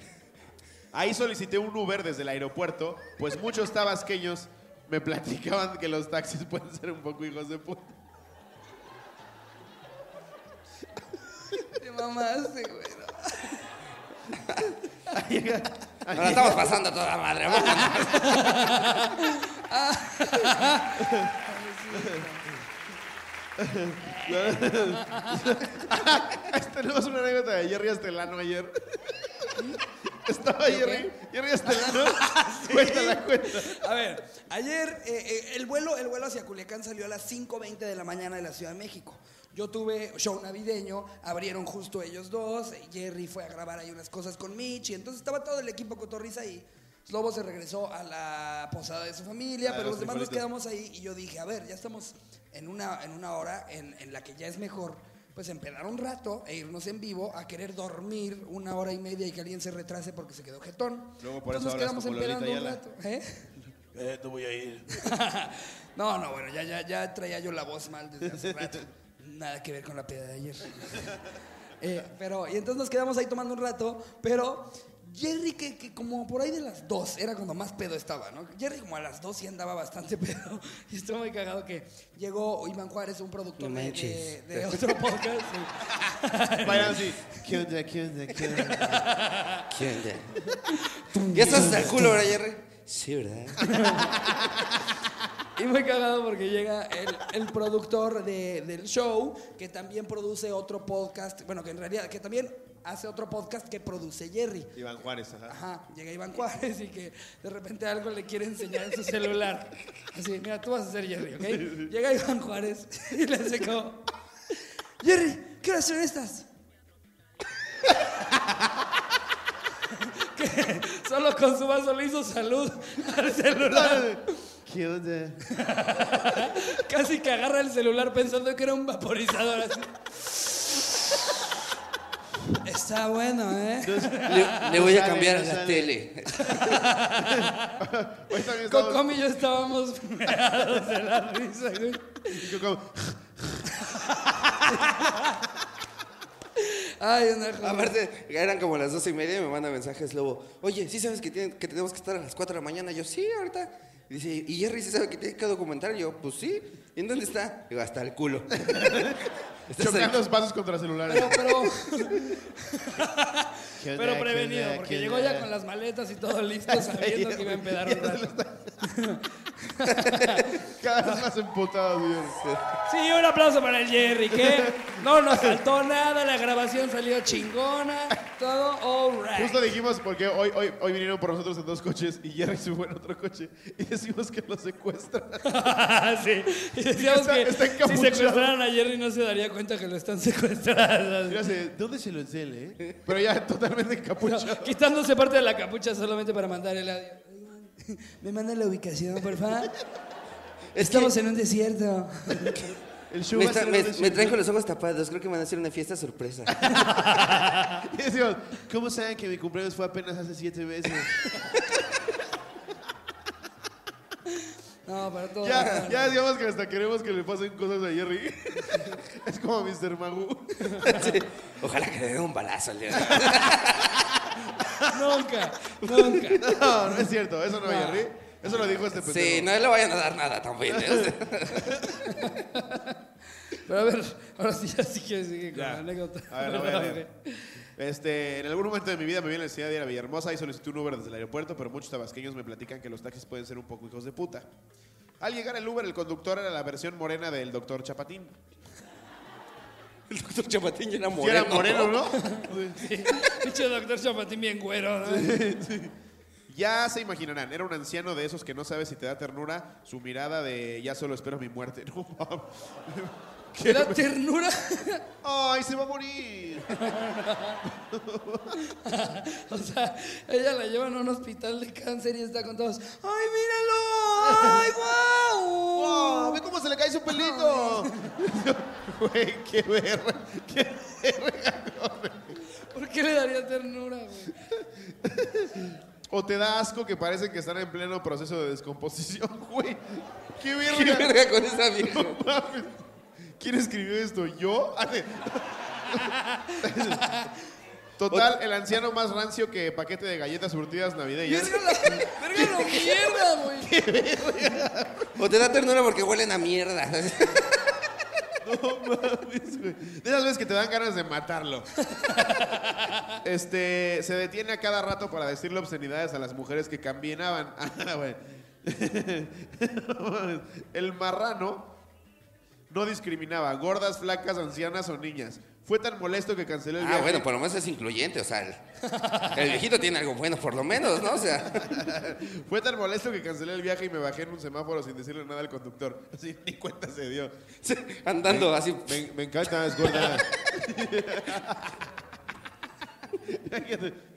Speaker 2: Ahí solicité un Uber desde el aeropuerto, pues muchos tabasqueños me platicaban que los taxis pueden ser un poco hijos de puta.
Speaker 1: Te mamaste, güey. no.
Speaker 3: Nos la estamos pasando toda madre. vamos.
Speaker 2: Tenemos una anécdota de Jerry Astelano ayer. Estaba Jerry, Jerry Astelano. Ah, Cuéntala, cuéntala.
Speaker 1: A ver, ayer eh, eh, el, vuelo, el vuelo hacia Culiacán salió a las 5.20 de la mañana de la Ciudad de México. Yo tuve show navideño, abrieron justo ellos dos, Jerry fue a grabar ahí unas cosas con Mitch, y entonces estaba todo el equipo cotorriza ahí. Slobo se regresó a la posada de su familia,
Speaker 2: Ah,
Speaker 1: pero
Speaker 2: los
Speaker 1: los demás nos
Speaker 2: frijolitos.
Speaker 1: quedamos estamos ahí y yo dije, a ver, ya estamos en una, en una hora en, en la que ya es mejor pues empezar un rato e irnos en vivo a querer dormir una hora y media y que alguien se retrase porque se quedó jetón.
Speaker 2: Luego por
Speaker 1: Entonces
Speaker 2: eso
Speaker 1: nos quedamos
Speaker 2: hablas como Lolita
Speaker 1: empedando un
Speaker 2: Ayala.
Speaker 1: rato. ¿eh?
Speaker 4: no voy a ir.
Speaker 1: no, no, bueno, ya, ya, ya traía yo la voz mal desde hace rato. Nada que ver con la peda de ayer. Eh, pero, y entonces nos quedamos ahí tomando un rato, pero Jerry, que, que como por ahí de las 2, era cuando más pedo estaba, ¿no? Jerry como a las 2 sí andaba bastante pedo. Y estuvo muy cagado que llegó Iván Juárez, un productor
Speaker 3: No
Speaker 1: de- de,
Speaker 3: manches.
Speaker 1: de otro podcast. sí.
Speaker 2: Vayan así. ¿Qué onda, qué onda, qué onda?
Speaker 3: ¿Quién de? ¿Ya estás hasta el culo, verdad, Jerry? Sí, ¿verdad?
Speaker 1: Y muy cagado porque llega el, el productor de- del show, que también produce otro podcast, bueno, que en realidad, que también hace otro podcast que produce Jerry.
Speaker 2: Iván Juárez, ajá.
Speaker 1: Ajá, llega Iván Juárez y que de repente algo le quiere enseñar en su celular. Así, mira, tú vas a ser Jerry, ¿ok? Llega Iván Juárez y le hace como, Jerry, ¿qué horas son estas? que solo con su vaso le hizo salud al celular.
Speaker 2: ¿Qué onda?
Speaker 1: Casi que agarra el celular pensando que era un vaporizador así. Está bueno, ¿eh?
Speaker 3: Le, le voy a
Speaker 2: Ah, Sale,
Speaker 3: cambiar a
Speaker 2: no
Speaker 3: la
Speaker 2: sale.
Speaker 3: tele.
Speaker 2: Hoy Pues también estamos-
Speaker 1: Cocom y yo estábamos meados de la risa, güey.
Speaker 2: y Cocom.
Speaker 1: Ay, una joder.
Speaker 3: Aparte, eran como las dos y media y me manda mensajes Lobo. Oye, ¿sí sabes que, tienen- que tenemos que estar a las 4 de la mañana? Yo, sí, ahorita. Y dice, ¿y Jerry sí sabe que tiene que documentar? Yo, pues sí. ¿Y en dónde está? Digo, hasta el culo. Estás
Speaker 2: Chocando
Speaker 3: ahí.
Speaker 2: los vasos contra celulares.
Speaker 1: Pero, pero,
Speaker 2: ¿Qué onda?
Speaker 1: pero
Speaker 2: ¿Qué
Speaker 1: prevenido,
Speaker 2: onda?
Speaker 1: porque
Speaker 2: ¿Qué
Speaker 1: llegó
Speaker 2: onda?
Speaker 1: ya con las maletas y todo listo, sabiendo que iba a empedar un rato.
Speaker 2: Cada vez más emputado, güey.
Speaker 1: Sí, un aplauso para el Jerry, que no nos faltó nada, la grabación salió chingona, todo all right.
Speaker 2: Justo dijimos, porque hoy, hoy, hoy vinieron por nosotros en dos coches y Jerry se fue en otro coche y decimos que lo secuestran.
Speaker 1: sí. Y decíamos
Speaker 2: Está-
Speaker 1: que
Speaker 2: está
Speaker 1: si
Speaker 2: encapuchado.
Speaker 1: secuestraran a Jerry no se daría cuenta que lo están secuestrando.
Speaker 2: Y yo así, ¿dónde se lo encele? eh? Pero ya totalmente encapuchado.
Speaker 1: Quitándose parte de la capucha solamente para mandar el audio. Me manda la ubicación, por favor. Estamos en un desierto.
Speaker 2: El show
Speaker 3: Me,
Speaker 2: va a
Speaker 3: está-
Speaker 2: ser
Speaker 3: me,
Speaker 2: donde se-
Speaker 3: me traen con los ojos tapados. Creo que me van a hacer una fiesta sorpresa.
Speaker 2: Y decimos, ¿cómo saben que mi cumpleaños fue apenas hace siete meses?
Speaker 1: No, para todo.
Speaker 2: ya, ya digamos que hasta queremos que le pasen cosas a Jerry. es como Mr. Magoo.
Speaker 3: Sí. Ojalá que le den un balazo. al Jerry.
Speaker 1: Nunca, nunca.
Speaker 2: No, no es cierto, eso no, Jerry. Eso lo dijo este pendejo.
Speaker 3: Sí, no le vayan a dar nada también. ¿eh? O sea,
Speaker 1: Pero a ver, ahora sí, ya sí que sigue con
Speaker 2: Ya.
Speaker 1: la anécdota.
Speaker 2: A ver, lo voy a leer. Este, en algún momento de mi vida me vi en la necesidad de ir a Villahermosa y solicité un Uber desde el aeropuerto, pero muchos tabasqueños me platican que los taxis pueden ser un poco hijos de puta. Al llegar el Uber, el conductor era la versión morena del doctor Chapatín.
Speaker 3: el doctor Chapatín ya era
Speaker 2: Sí, era
Speaker 3: moreno.
Speaker 2: moreno, ¿no?
Speaker 1: Dicho doctor Chapatín bien güero, ¿no?
Speaker 2: Ya se imaginarán, era un anciano de esos que no sabe si te da ternura su mirada de ya solo espero mi muerte. No, mames.
Speaker 1: La ternura.
Speaker 2: ¡Ay, se va a morir!
Speaker 1: O sea, ella la llevan a un hospital de cáncer y está con todos. ¡Ay, míralo! ¡Ay, guau!
Speaker 2: ¡Wow! ¡Oh, ¡Ve cómo se le cae su pelito! Güey, qué verga. Qué verga.
Speaker 1: ¿Por qué le daría ternura, güey?
Speaker 2: O te da asco que parece que están en pleno proceso de descomposición, güey. ¡Qué verga!
Speaker 3: ¿Qué verga con esa vieja?
Speaker 2: No mames. ¿Quién escribió esto? ¿Yo? Ah, sí. Total, el anciano más rancio que paquete de galletas surtidas navideñas.
Speaker 1: Verga la, verga la mierda, güey.
Speaker 3: O te da ternura porque huelen a mierda.
Speaker 2: No mames, güey. De esas veces que te dan ganas de matarlo. Este, se detiene a cada rato para decirle obscenidades a las mujeres que caminaban. Ah, güey. No mames. El marrano no discriminaba, gordas, flacas, ancianas o niñas. Fue tan molesto que canceló el
Speaker 3: Ah,
Speaker 2: viaje.
Speaker 3: bueno, por lo menos es incluyente, o sea, el, el viejito tiene algo bueno, por lo menos, ¿no? O sea,
Speaker 2: Fue tan molesto que cancelé el viaje y me bajé en un semáforo sin decirle nada al conductor. Así ni cuenta se dio.
Speaker 3: andando así.
Speaker 2: Me, me encanta, es gorda.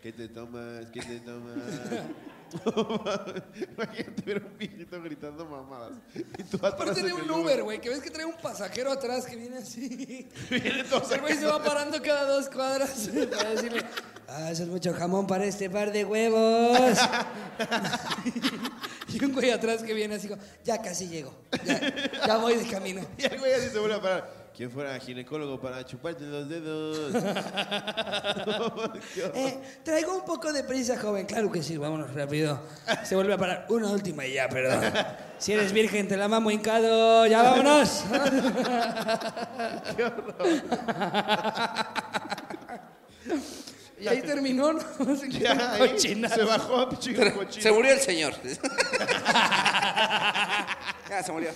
Speaker 2: ¿Qué te tomas? ¿Qué te tomas? Imagínate ver a un viejito gritando mamadas. Y tú atrás
Speaker 1: Aparte
Speaker 2: de
Speaker 1: de un Uber, güey, que ves que trae un pasajero atrás que viene así. El güey se va parando cada dos cuadras para decirle, ah, eso es mucho jamón para este par de huevos. y un güey atrás que viene así como, ya casi llego, ya, ya voy de camino.
Speaker 2: Y el güey así se vuelve a parar. ¿Quién fuera ginecólogo para chuparte los dedos?
Speaker 1: Eh, traigo un poco de prisa, joven. Claro que sí, vámonos rápido. Se vuelve a parar. Una última y ya, perdón. Si eres virgen, te la mamo hincado. Ya vámonos. y ahí terminó, ¿no? Así que
Speaker 2: Ya, ahí
Speaker 1: cochinazo.
Speaker 2: se bajó a
Speaker 3: Pero
Speaker 2: cochino.
Speaker 3: se murió el señor. Ya Ya, se murió.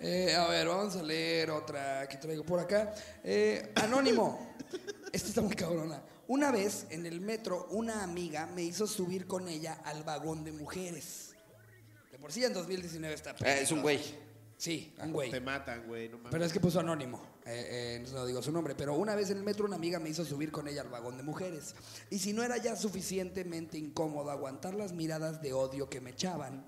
Speaker 1: Eh, a ver, vamos a leer otra que traigo por acá. Eh, Anónimo. Esta está muy cabrona. Una vez en el metro, una amiga me hizo subir con ella al vagón de mujeres. De por sí en 2019 está.
Speaker 3: Eh, es un güey.
Speaker 1: Sí, un güey.
Speaker 2: Te matan, güey, no mames.
Speaker 1: Pero es que puso anónimo. Eh, eh, entonces no digo su nombre. Pero una vez en el metro una amiga me hizo subir con ella al vagón de mujeres. Y si no era ya suficientemente incómodo aguantar las miradas de odio que me echaban,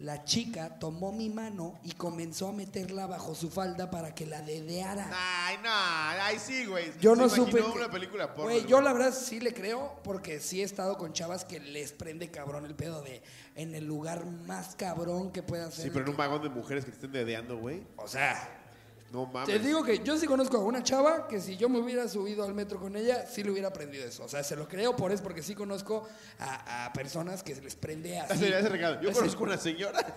Speaker 1: la chica tomó mi mano y comenzó a meterla bajo su falda para que la dedeara.
Speaker 2: Ay, no, ay sí, güey.
Speaker 1: Yo
Speaker 2: Se
Speaker 1: no
Speaker 2: imaginó
Speaker 1: supe. que-
Speaker 2: una película porno.
Speaker 1: Güey, yo la verdad sí le creo, porque sí he estado con chavas que les prende cabrón el pedo de en el lugar más cabrón que pueda ser.
Speaker 2: Sí, pero en un vagón de mujeres que te estén dedeando, güey.
Speaker 1: O sea,
Speaker 2: No mames.
Speaker 1: te digo que yo sí conozco a una chava que si yo me hubiera subido al metro con ella, sí le hubiera aprendido eso. O sea, se lo creo por eso, porque sí conozco a, a personas que se les prende así.
Speaker 2: Ah, Ese- ese recado. Yo conozco una señora.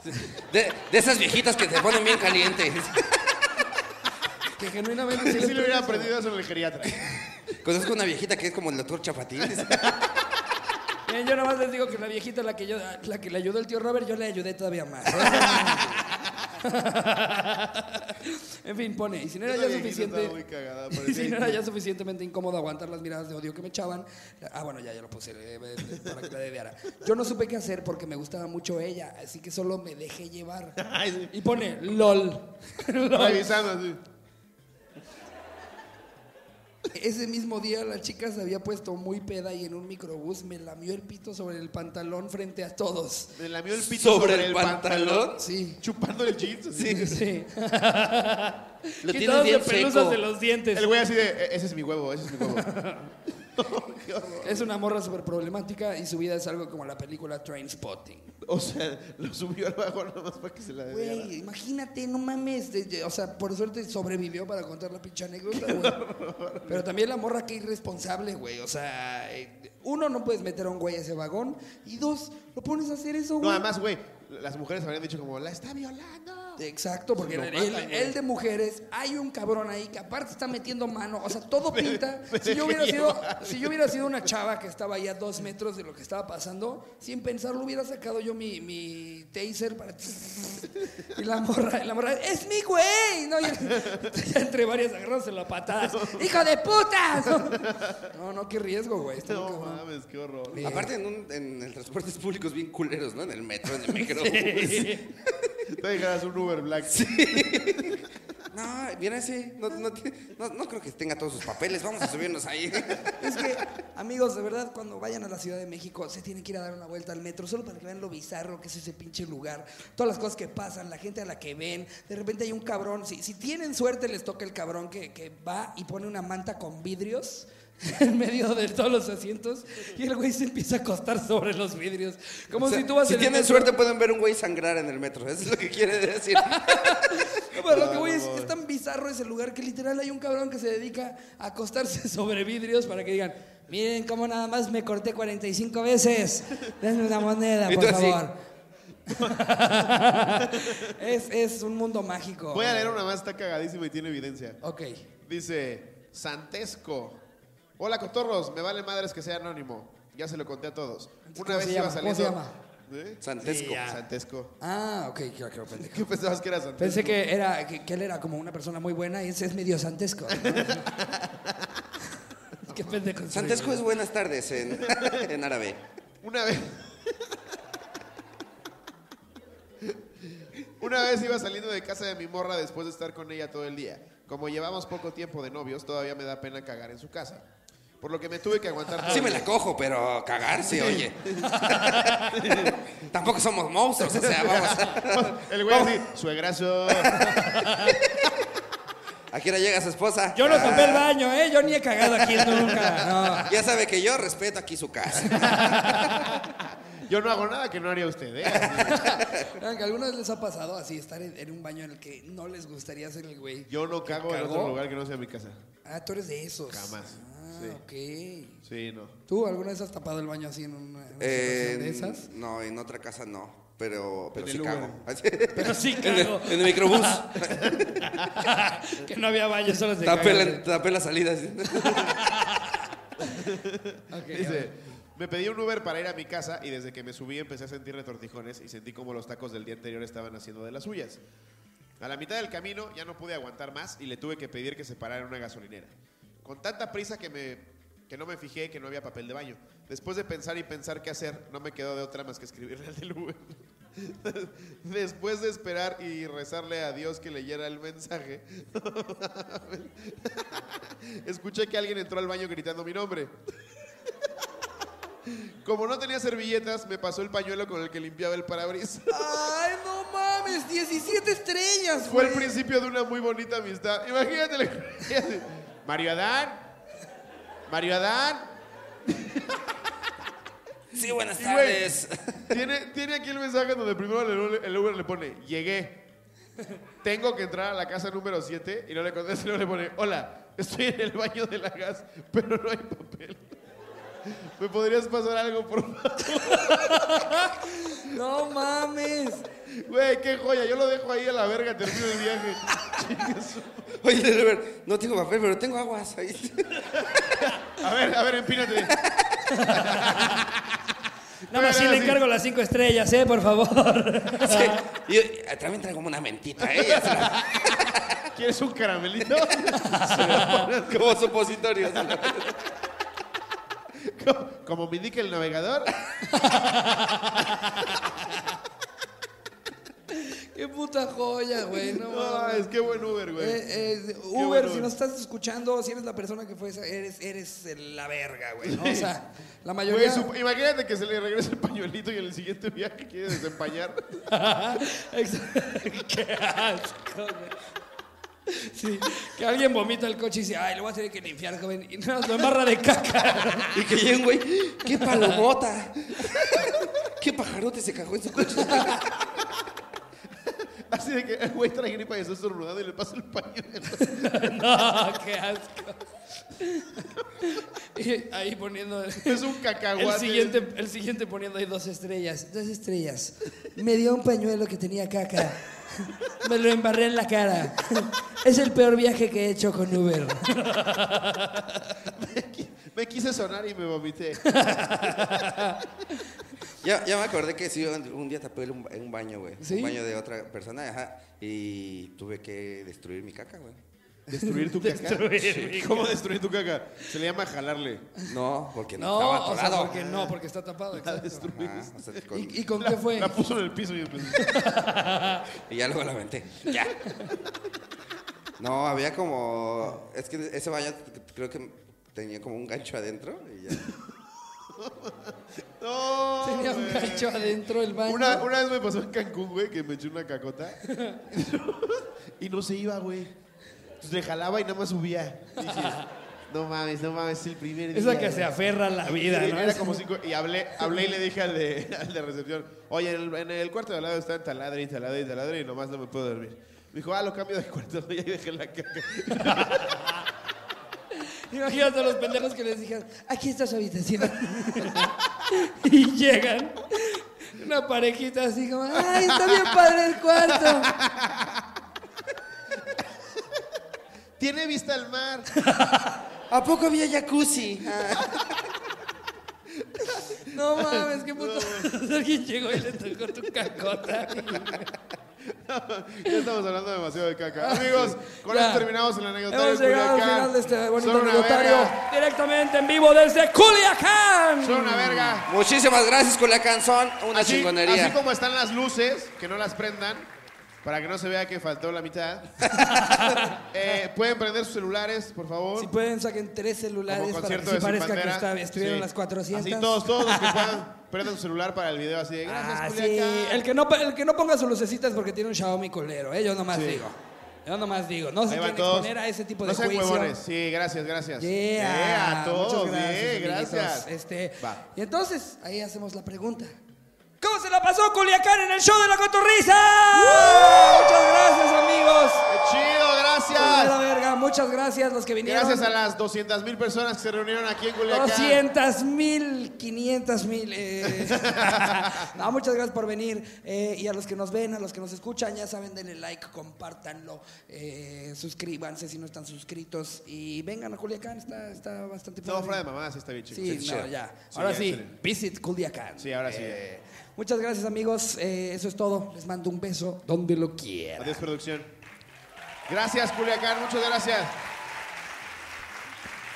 Speaker 3: De, de esas viejitas que te ponen bien calientes.
Speaker 1: Que genuinamente
Speaker 2: Sí,
Speaker 1: les
Speaker 2: sí le hubiera
Speaker 1: prende eso.
Speaker 2: aprendido eso en el geriatra.
Speaker 3: Conozco una viejita que es como el doctor Chapatín.
Speaker 1: Miren, yo nada más les digo que la viejita, la que, yo, la que le ayudó el tío Robert, yo le ayudé todavía más. en fin, pone, y si no era
Speaker 2: Esa
Speaker 1: ya
Speaker 2: viejita
Speaker 1: suficiente...
Speaker 2: estaba muy cagada,
Speaker 1: Y si
Speaker 2: parecía
Speaker 1: no era ya suficientemente incómodo aguantar las miradas de odio que me echaban. Ah, bueno, ya, ya lo puse eh, eh, para que la dedeara. Yo no supe qué hacer porque me gustaba mucho ella, así que solo me dejé llevar.
Speaker 2: Ay, sí.
Speaker 1: Y pone LOL. LOL.
Speaker 2: Revisando así.
Speaker 1: Ese mismo día la chica se había puesto muy peda y en un microbús me lamió el pito sobre el pantalón frente a todos.
Speaker 2: Me lamió el pito
Speaker 3: ¿Sobre el pantalón?
Speaker 1: Sí.
Speaker 2: Chupando el jeans. así.
Speaker 1: Sí.
Speaker 3: Lo tiene
Speaker 1: Quitados de
Speaker 3: bien
Speaker 1: pelusas
Speaker 3: seco.
Speaker 1: de los dientes.
Speaker 2: El güey así de, "E- ese es mi huevo, ese es mi huevo.
Speaker 1: Es una morra súper problemática y su vida es algo como la película Train Spotting.
Speaker 2: O sea, lo subió al vagón nomás para que se la dediara.
Speaker 1: Güey, imagínate, no mames. de- de- o sea, por suerte sobrevivió para contar la pinche anécdota, güey. Pero también la morra que irresponsable, güey. O sea, eh, uno, no puedes meter a un güey a ese vagón. Y dos, lo pones a hacer eso,
Speaker 2: No,
Speaker 1: güey.
Speaker 2: además, güey, las mujeres habrían dicho como, la está violando.
Speaker 1: Exacto, porque
Speaker 2: Lo eh.
Speaker 1: el,
Speaker 2: matan,
Speaker 1: el-
Speaker 2: güey.
Speaker 1: el de mujeres, hay un cabrón ahí que aparte está metiendo mano, o sea, todo pinta.
Speaker 2: me
Speaker 1: si, yo
Speaker 2: dejé
Speaker 1: hubiera sido,
Speaker 2: llevar.
Speaker 1: si yo hubiera sido una chava que estaba ahí a dos metros de lo que estaba pasando, sin pensarlo hubiera sacado yo mi, mi taser para... Y la morra, y la morra, es mi güey. No, y ya entre varias agarrándose la patadas. ¡Hijo de putas! No, no, qué riesgo, güey. Está muy
Speaker 2: No
Speaker 1: cabrón.
Speaker 2: mames, qué horror.
Speaker 1: Eh,
Speaker 3: Aparte, en, un- en el transportes públicos bien culeros, ¿no? En el metro, en el micro.
Speaker 2: Te dejarás un Uber Black.
Speaker 3: No, mira ese. No, no tiene- no- no creo que tenga todos sus papeles. Vamos a subirnos ahí.
Speaker 1: Es que, amigos, de verdad, cuando vayan a la Ciudad de México, se tienen que ir a dar una vuelta al metro, solo para que vean lo bizarro que es ese pinche lugar, todas las cosas que pasan, la gente a la que ven, de repente hay un cabrón, si, si tienen suerte les toca el cabrón que, que va y pone una manta con vidrios. En medio de todos los asientos y el güey se empieza a acostar sobre los vidrios. Como
Speaker 3: O sea,
Speaker 1: si tú vas en el
Speaker 3: tienen
Speaker 1: metro.
Speaker 3: suerte, pueden ver un güey sangrar en el metro. Eso es lo que quiere decir.
Speaker 1: No, pero lo que voy es, es tan bizarro ese lugar que literal hay un cabrón que se dedica a acostarse sobre vidrios para que digan, miren cómo nada más me corté 45 veces, denme una moneda,
Speaker 3: Y tú
Speaker 1: por
Speaker 3: así.
Speaker 1: favor. es, es un mundo mágico.
Speaker 2: Voy a leer una más, está cagadísima y tiene evidencia.
Speaker 1: Ok.
Speaker 2: Dice, Santesco. Hola, cotorros, me vale madres que sea anónimo. Ya se lo conté a todos.
Speaker 1: ¿cómo
Speaker 2: Una vez
Speaker 1: se
Speaker 2: iba
Speaker 1: llama? ¿Cómo se
Speaker 2: saliendo...
Speaker 1: llama?
Speaker 2: ¿Eh?
Speaker 3: Santesco.
Speaker 2: Sí, ya. Santesco.
Speaker 1: Ah, ok, claro, claro, pendejo.
Speaker 2: ¿Qué pensabas que era Santesco?
Speaker 1: Pensé que, era, que, que él era como una persona muy buena y ese es medio santesco. ¿no? Qué pendejo. soy.
Speaker 3: Santesco es buenas tardes en, en árabe.
Speaker 2: Una vez. Una vez iba saliendo de casa de mi morra después de estar con ella todo el día. Como llevamos poco tiempo de novios, todavía me da pena cagar en su casa. Por lo que me tuve que
Speaker 1: Ah,
Speaker 2: aguantar. todo
Speaker 3: Sí
Speaker 2: el
Speaker 3: me
Speaker 2: día.
Speaker 3: la cojo, pero cagarse, oye. Tampoco somos monstruos, o sea, vamos.
Speaker 2: El güey así, suegrazo.
Speaker 3: Aquí ahora llega su esposa. Ah,
Speaker 1: Yo no tapé el baño, ¿eh? Yo ni he cagado aquí nunca. No.
Speaker 3: Ya sabe que yo respeto aquí su casa.
Speaker 2: Yo no hago nada que no haría usted, ¿eh?
Speaker 1: Oigan, que ¿Alguna vez les ha pasado así estar en, en un baño en el que no les gustaría ser el güey?
Speaker 2: Yo no
Speaker 1: que
Speaker 2: cago en
Speaker 1: cagó?
Speaker 2: otro lugar que no sea mi casa.
Speaker 1: Ah, tú eres de esos.
Speaker 2: Jamás,
Speaker 1: Ah, ok.
Speaker 2: Sí, no.
Speaker 1: ¿Tú alguna vez has tapado el baño así en una, en una
Speaker 3: Eh,
Speaker 1: situación de esas?
Speaker 3: no, en otra casa no. Pero, pero
Speaker 2: En
Speaker 3: sí
Speaker 2: el
Speaker 3: cago.
Speaker 5: Pero sí
Speaker 3: En el,
Speaker 5: cago.
Speaker 3: en el microbús.
Speaker 5: que no había baño, solo se
Speaker 3: Tapé la, tapé la salida.
Speaker 1: Ok, a
Speaker 2: Dice,
Speaker 1: ver.
Speaker 2: Me pedí un Uber para ir a mi casa y desde que me subí empecé a sentir retortijones y sentí como los tacos del día anterior estaban haciendo de las suyas. A la mitad del camino ya no pude aguantar más y le tuve que pedir que se parara en una gasolinera. Con tanta prisa que, me, que no me fijé que no había papel de baño. Después de pensar y pensar qué hacer, no me quedó de otra más que escribirle al del Uber. Después de esperar y rezarle a Dios que leyera el mensaje, escuché que alguien entró al baño gritando mi nombre. Como no tenía servilletas, me pasó el pañuelo con el que limpiaba el parabrisas.
Speaker 1: Ay, no mames, 17 estrellas,
Speaker 2: Fue
Speaker 1: güey.
Speaker 2: el principio de una muy bonita amistad. Imagínate la Mario Adán. Mario Adán.
Speaker 6: Sí, buenas
Speaker 2: Y, güey,
Speaker 6: tardes.
Speaker 2: Tiene, tiene aquí el mensaje donde primero el, el Uber le pone, llegué. Tengo que entrar a la casa número 7 y no le contesta y luego le pone, hola, estoy en el baño de la gas, pero no hay papel. ¿Me podrías pasar algo, por favor?
Speaker 1: No mames.
Speaker 2: Güey, qué joya, yo lo dejo ahí a la verga, termino el viaje. Chingas.
Speaker 3: Oye, Robert, no tengo papel, pero tengo aguas ahí.
Speaker 2: a ver, a ver, empínate.
Speaker 5: Nada más sí le encargo las cinco estrellas, ¿eh? Por favor.
Speaker 3: Sí. Y yo, "Ah, también traigo una mentita, ¿eh? Ya se la-
Speaker 2: ¿Quieres un caramelito?
Speaker 3: Como supositorio.
Speaker 2: Como- Como me indica el navegador.
Speaker 1: Qué puta joya, güey. No
Speaker 2: No,
Speaker 1: mames.
Speaker 2: es que buen Uber, güey.
Speaker 1: Eh, eh,
Speaker 2: bueno,
Speaker 1: Uber, si
Speaker 2: güey.
Speaker 1: nos estás escuchando, si eres la persona que fue esa, eres, eres el- la verga, güey. ¿no? O sea, la
Speaker 2: Güey,
Speaker 1: mayoría.
Speaker 2: su- imagínate que se le regrese el pañuelito y en el siguiente viaje quiere desempañar.
Speaker 5: Qué asco, güey.
Speaker 1: Sí, que alguien vomita el coche y dice, ay, lo voy a tener que limpiar, joven. Y no, lo embarra de caca.
Speaker 3: Y que lleguen, güey, qué palomota. Qué pajarote se cagó en su coche.
Speaker 2: Así de que el güey trae gripa y está estornudando y le pasa el pañuelo.
Speaker 5: No, qué asco.
Speaker 1: Y ahí poniendo.
Speaker 2: Es un
Speaker 5: El
Speaker 2: cacahuate.
Speaker 5: siguiente, el siguiente poniendo ahí dos estrellas.
Speaker 1: Dos estrellas. Me dio un pañuelo que tenía caca. Me lo embarré en la cara. Es el peor viaje que he hecho con Uber.
Speaker 2: Me quise sonar y me vomité.
Speaker 3: Ya, ya me acordé que sí, un un día tapé un, ba- un baño, güey.
Speaker 1: ¿Sí?
Speaker 3: Un baño de otra persona, ajá. Y tuve que destruir mi caca, güey.
Speaker 2: ¿Destruir tu caca?
Speaker 5: Destruir.
Speaker 2: ¿Cómo destruir tu caca? Se le llama jalarle.
Speaker 3: No, porque no,
Speaker 1: No,
Speaker 3: estaba
Speaker 1: o sea,
Speaker 3: atorado.
Speaker 1: porque no, porque está tapado.
Speaker 2: La
Speaker 1: exacto.
Speaker 2: destruir.
Speaker 3: Ajá, o sea, con-
Speaker 1: ¿Y, y con
Speaker 2: La,
Speaker 1: qué fue?
Speaker 2: la puso en el piso y empezó.
Speaker 3: Y ya luego la aventé. Ya. No, había como. Es que ese baño creo que tenía como un gancho adentro. Y ya.
Speaker 2: ¡No!
Speaker 1: Tenía un
Speaker 2: güey.
Speaker 1: gancho adentro del baño.
Speaker 2: Una, una vez me pasó en Cancún, güey, que me eché una cacota y no se iba, güey. Entonces le jalaba y nada más subía. Dije, no mames, no mames, es el primer día.
Speaker 5: Esa que
Speaker 2: güey".
Speaker 5: se aferra a la vida,
Speaker 2: Sí,
Speaker 5: ¿no?
Speaker 2: Era como cinco. Y hablé, hablé y le dije al de, al de recepción, oye, en el, en el cuarto de al lado están taladre y taladre y taladre y nomás no me puedo dormir. Me dijo, ah, lo cambio de cuarto y ahí dejé la caca.
Speaker 1: Imagínate a los pendejos que les dijeron, aquí está su habitación.
Speaker 5: Y llegan.
Speaker 1: Una parejita así como, ay, está bien padre el cuarto.
Speaker 2: Tiene vista al mar.
Speaker 3: ¿A poco había jacuzzi? Ah.
Speaker 1: No mames, qué puto.
Speaker 5: Alguien llegó y le tocó tu cacota.
Speaker 2: Ya estamos hablando demasiado de caca. Amigos, con
Speaker 1: Ya.
Speaker 2: esto terminamos el anecdotario.
Speaker 1: Hemos llegado al
Speaker 2: Culiacán.
Speaker 1: final de este bonito
Speaker 2: Son una
Speaker 1: anecdotario.
Speaker 2: verga,
Speaker 5: Directamente en vivo desde Culiacán.
Speaker 2: Son una verga.
Speaker 3: Muchísimas gracias con la canción. Una
Speaker 2: así,
Speaker 3: chingonería.
Speaker 2: así como están las luces, que no las prendan, para que no se vea que faltó la mitad. Eh, Pueden prender sus celulares, por favor.
Speaker 1: Si pueden, saquen tres celulares
Speaker 2: Como
Speaker 1: para que
Speaker 2: concierto
Speaker 1: sí
Speaker 2: de Sin
Speaker 1: parezca que
Speaker 2: Bandera.
Speaker 1: está- estuvieron
Speaker 2: Sí.
Speaker 1: las 400.
Speaker 2: Así todos, todos los que puedan, prendan su celular para el video así de gracias,
Speaker 1: Ah, sí.
Speaker 2: Culiacán.
Speaker 1: El que, no, el que no ponga sus lucecitas es porque tiene un Xiaomi colero, ¿eh? Yo nomás
Speaker 2: Sí.
Speaker 1: digo. Yo nomás digo. No se
Speaker 2: Ahí van
Speaker 1: quieren
Speaker 2: todos.
Speaker 1: exponer a ese tipo de
Speaker 2: no sean
Speaker 1: juicio.
Speaker 2: huevones. Sí, gracias, gracias.
Speaker 1: Yeah.
Speaker 2: Yeah, a todos,
Speaker 1: Muchas gracias,
Speaker 2: yeah,
Speaker 1: amiguitos.
Speaker 2: gracias.
Speaker 1: Este,
Speaker 2: Va.
Speaker 1: y entonces, ahí hacemos la pregunta. ¿Cómo se la pasó Culiacán en el show de la cotorriza? Muchas gracias, amigos.
Speaker 2: ¡Qué chido, gracias!
Speaker 1: Pues,
Speaker 2: gracias.
Speaker 1: la verga, muchas gracias los que vinieron.
Speaker 2: Gracias a las 200 mil personas que se reunieron aquí en Culiacán.
Speaker 1: 200 mil, 500 mil. eh. No, muchas gracias por venir. eh, y a los que nos ven, a los que nos escuchan, ya saben, denle like, compártanlo, eh, suscríbanse si no están suscritos. Y vengan a Culiacán, está, está bastante
Speaker 2: Todo
Speaker 1: padre.
Speaker 2: fuera de mamá, sí está bien, chicos.
Speaker 1: Sí, no, ya. Ahora
Speaker 2: ya,
Speaker 1: sí,
Speaker 2: excelente.
Speaker 1: visit Culiacán.
Speaker 2: Sí, ahora sí.
Speaker 1: Eh, muchas gracias, amigos. eh, eso es todo. Les mando un beso donde lo quieran.
Speaker 2: Adiós, producción. Gracias, Culiacán, muchas gracias.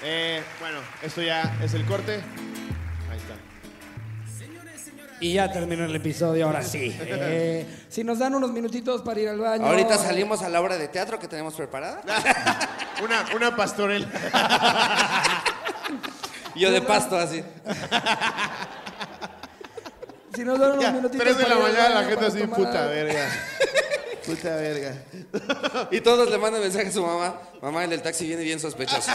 Speaker 2: Eh, bueno, esto ya es el corte. Ahí está.
Speaker 1: Y ya terminó el episodio, ahora sí. Eh, si nos dan unos minutitos para ir al baño.
Speaker 3: Ahorita salimos a la obra de teatro que tenemos preparada.
Speaker 2: Una, una pastorela.
Speaker 3: Yo de pasto así.
Speaker 1: Si nos dan unos
Speaker 2: Ya,
Speaker 1: minutitos.
Speaker 2: 3 de
Speaker 1: para
Speaker 2: la
Speaker 1: ir al
Speaker 2: mañana la
Speaker 1: baño,
Speaker 2: gente
Speaker 1: para
Speaker 2: así,
Speaker 1: tomar
Speaker 2: puta
Speaker 1: algo.
Speaker 2: verga. Puta verga.
Speaker 3: Y todos le mandan mensaje a su mamá. Mamá, el del taxi viene bien sospechoso.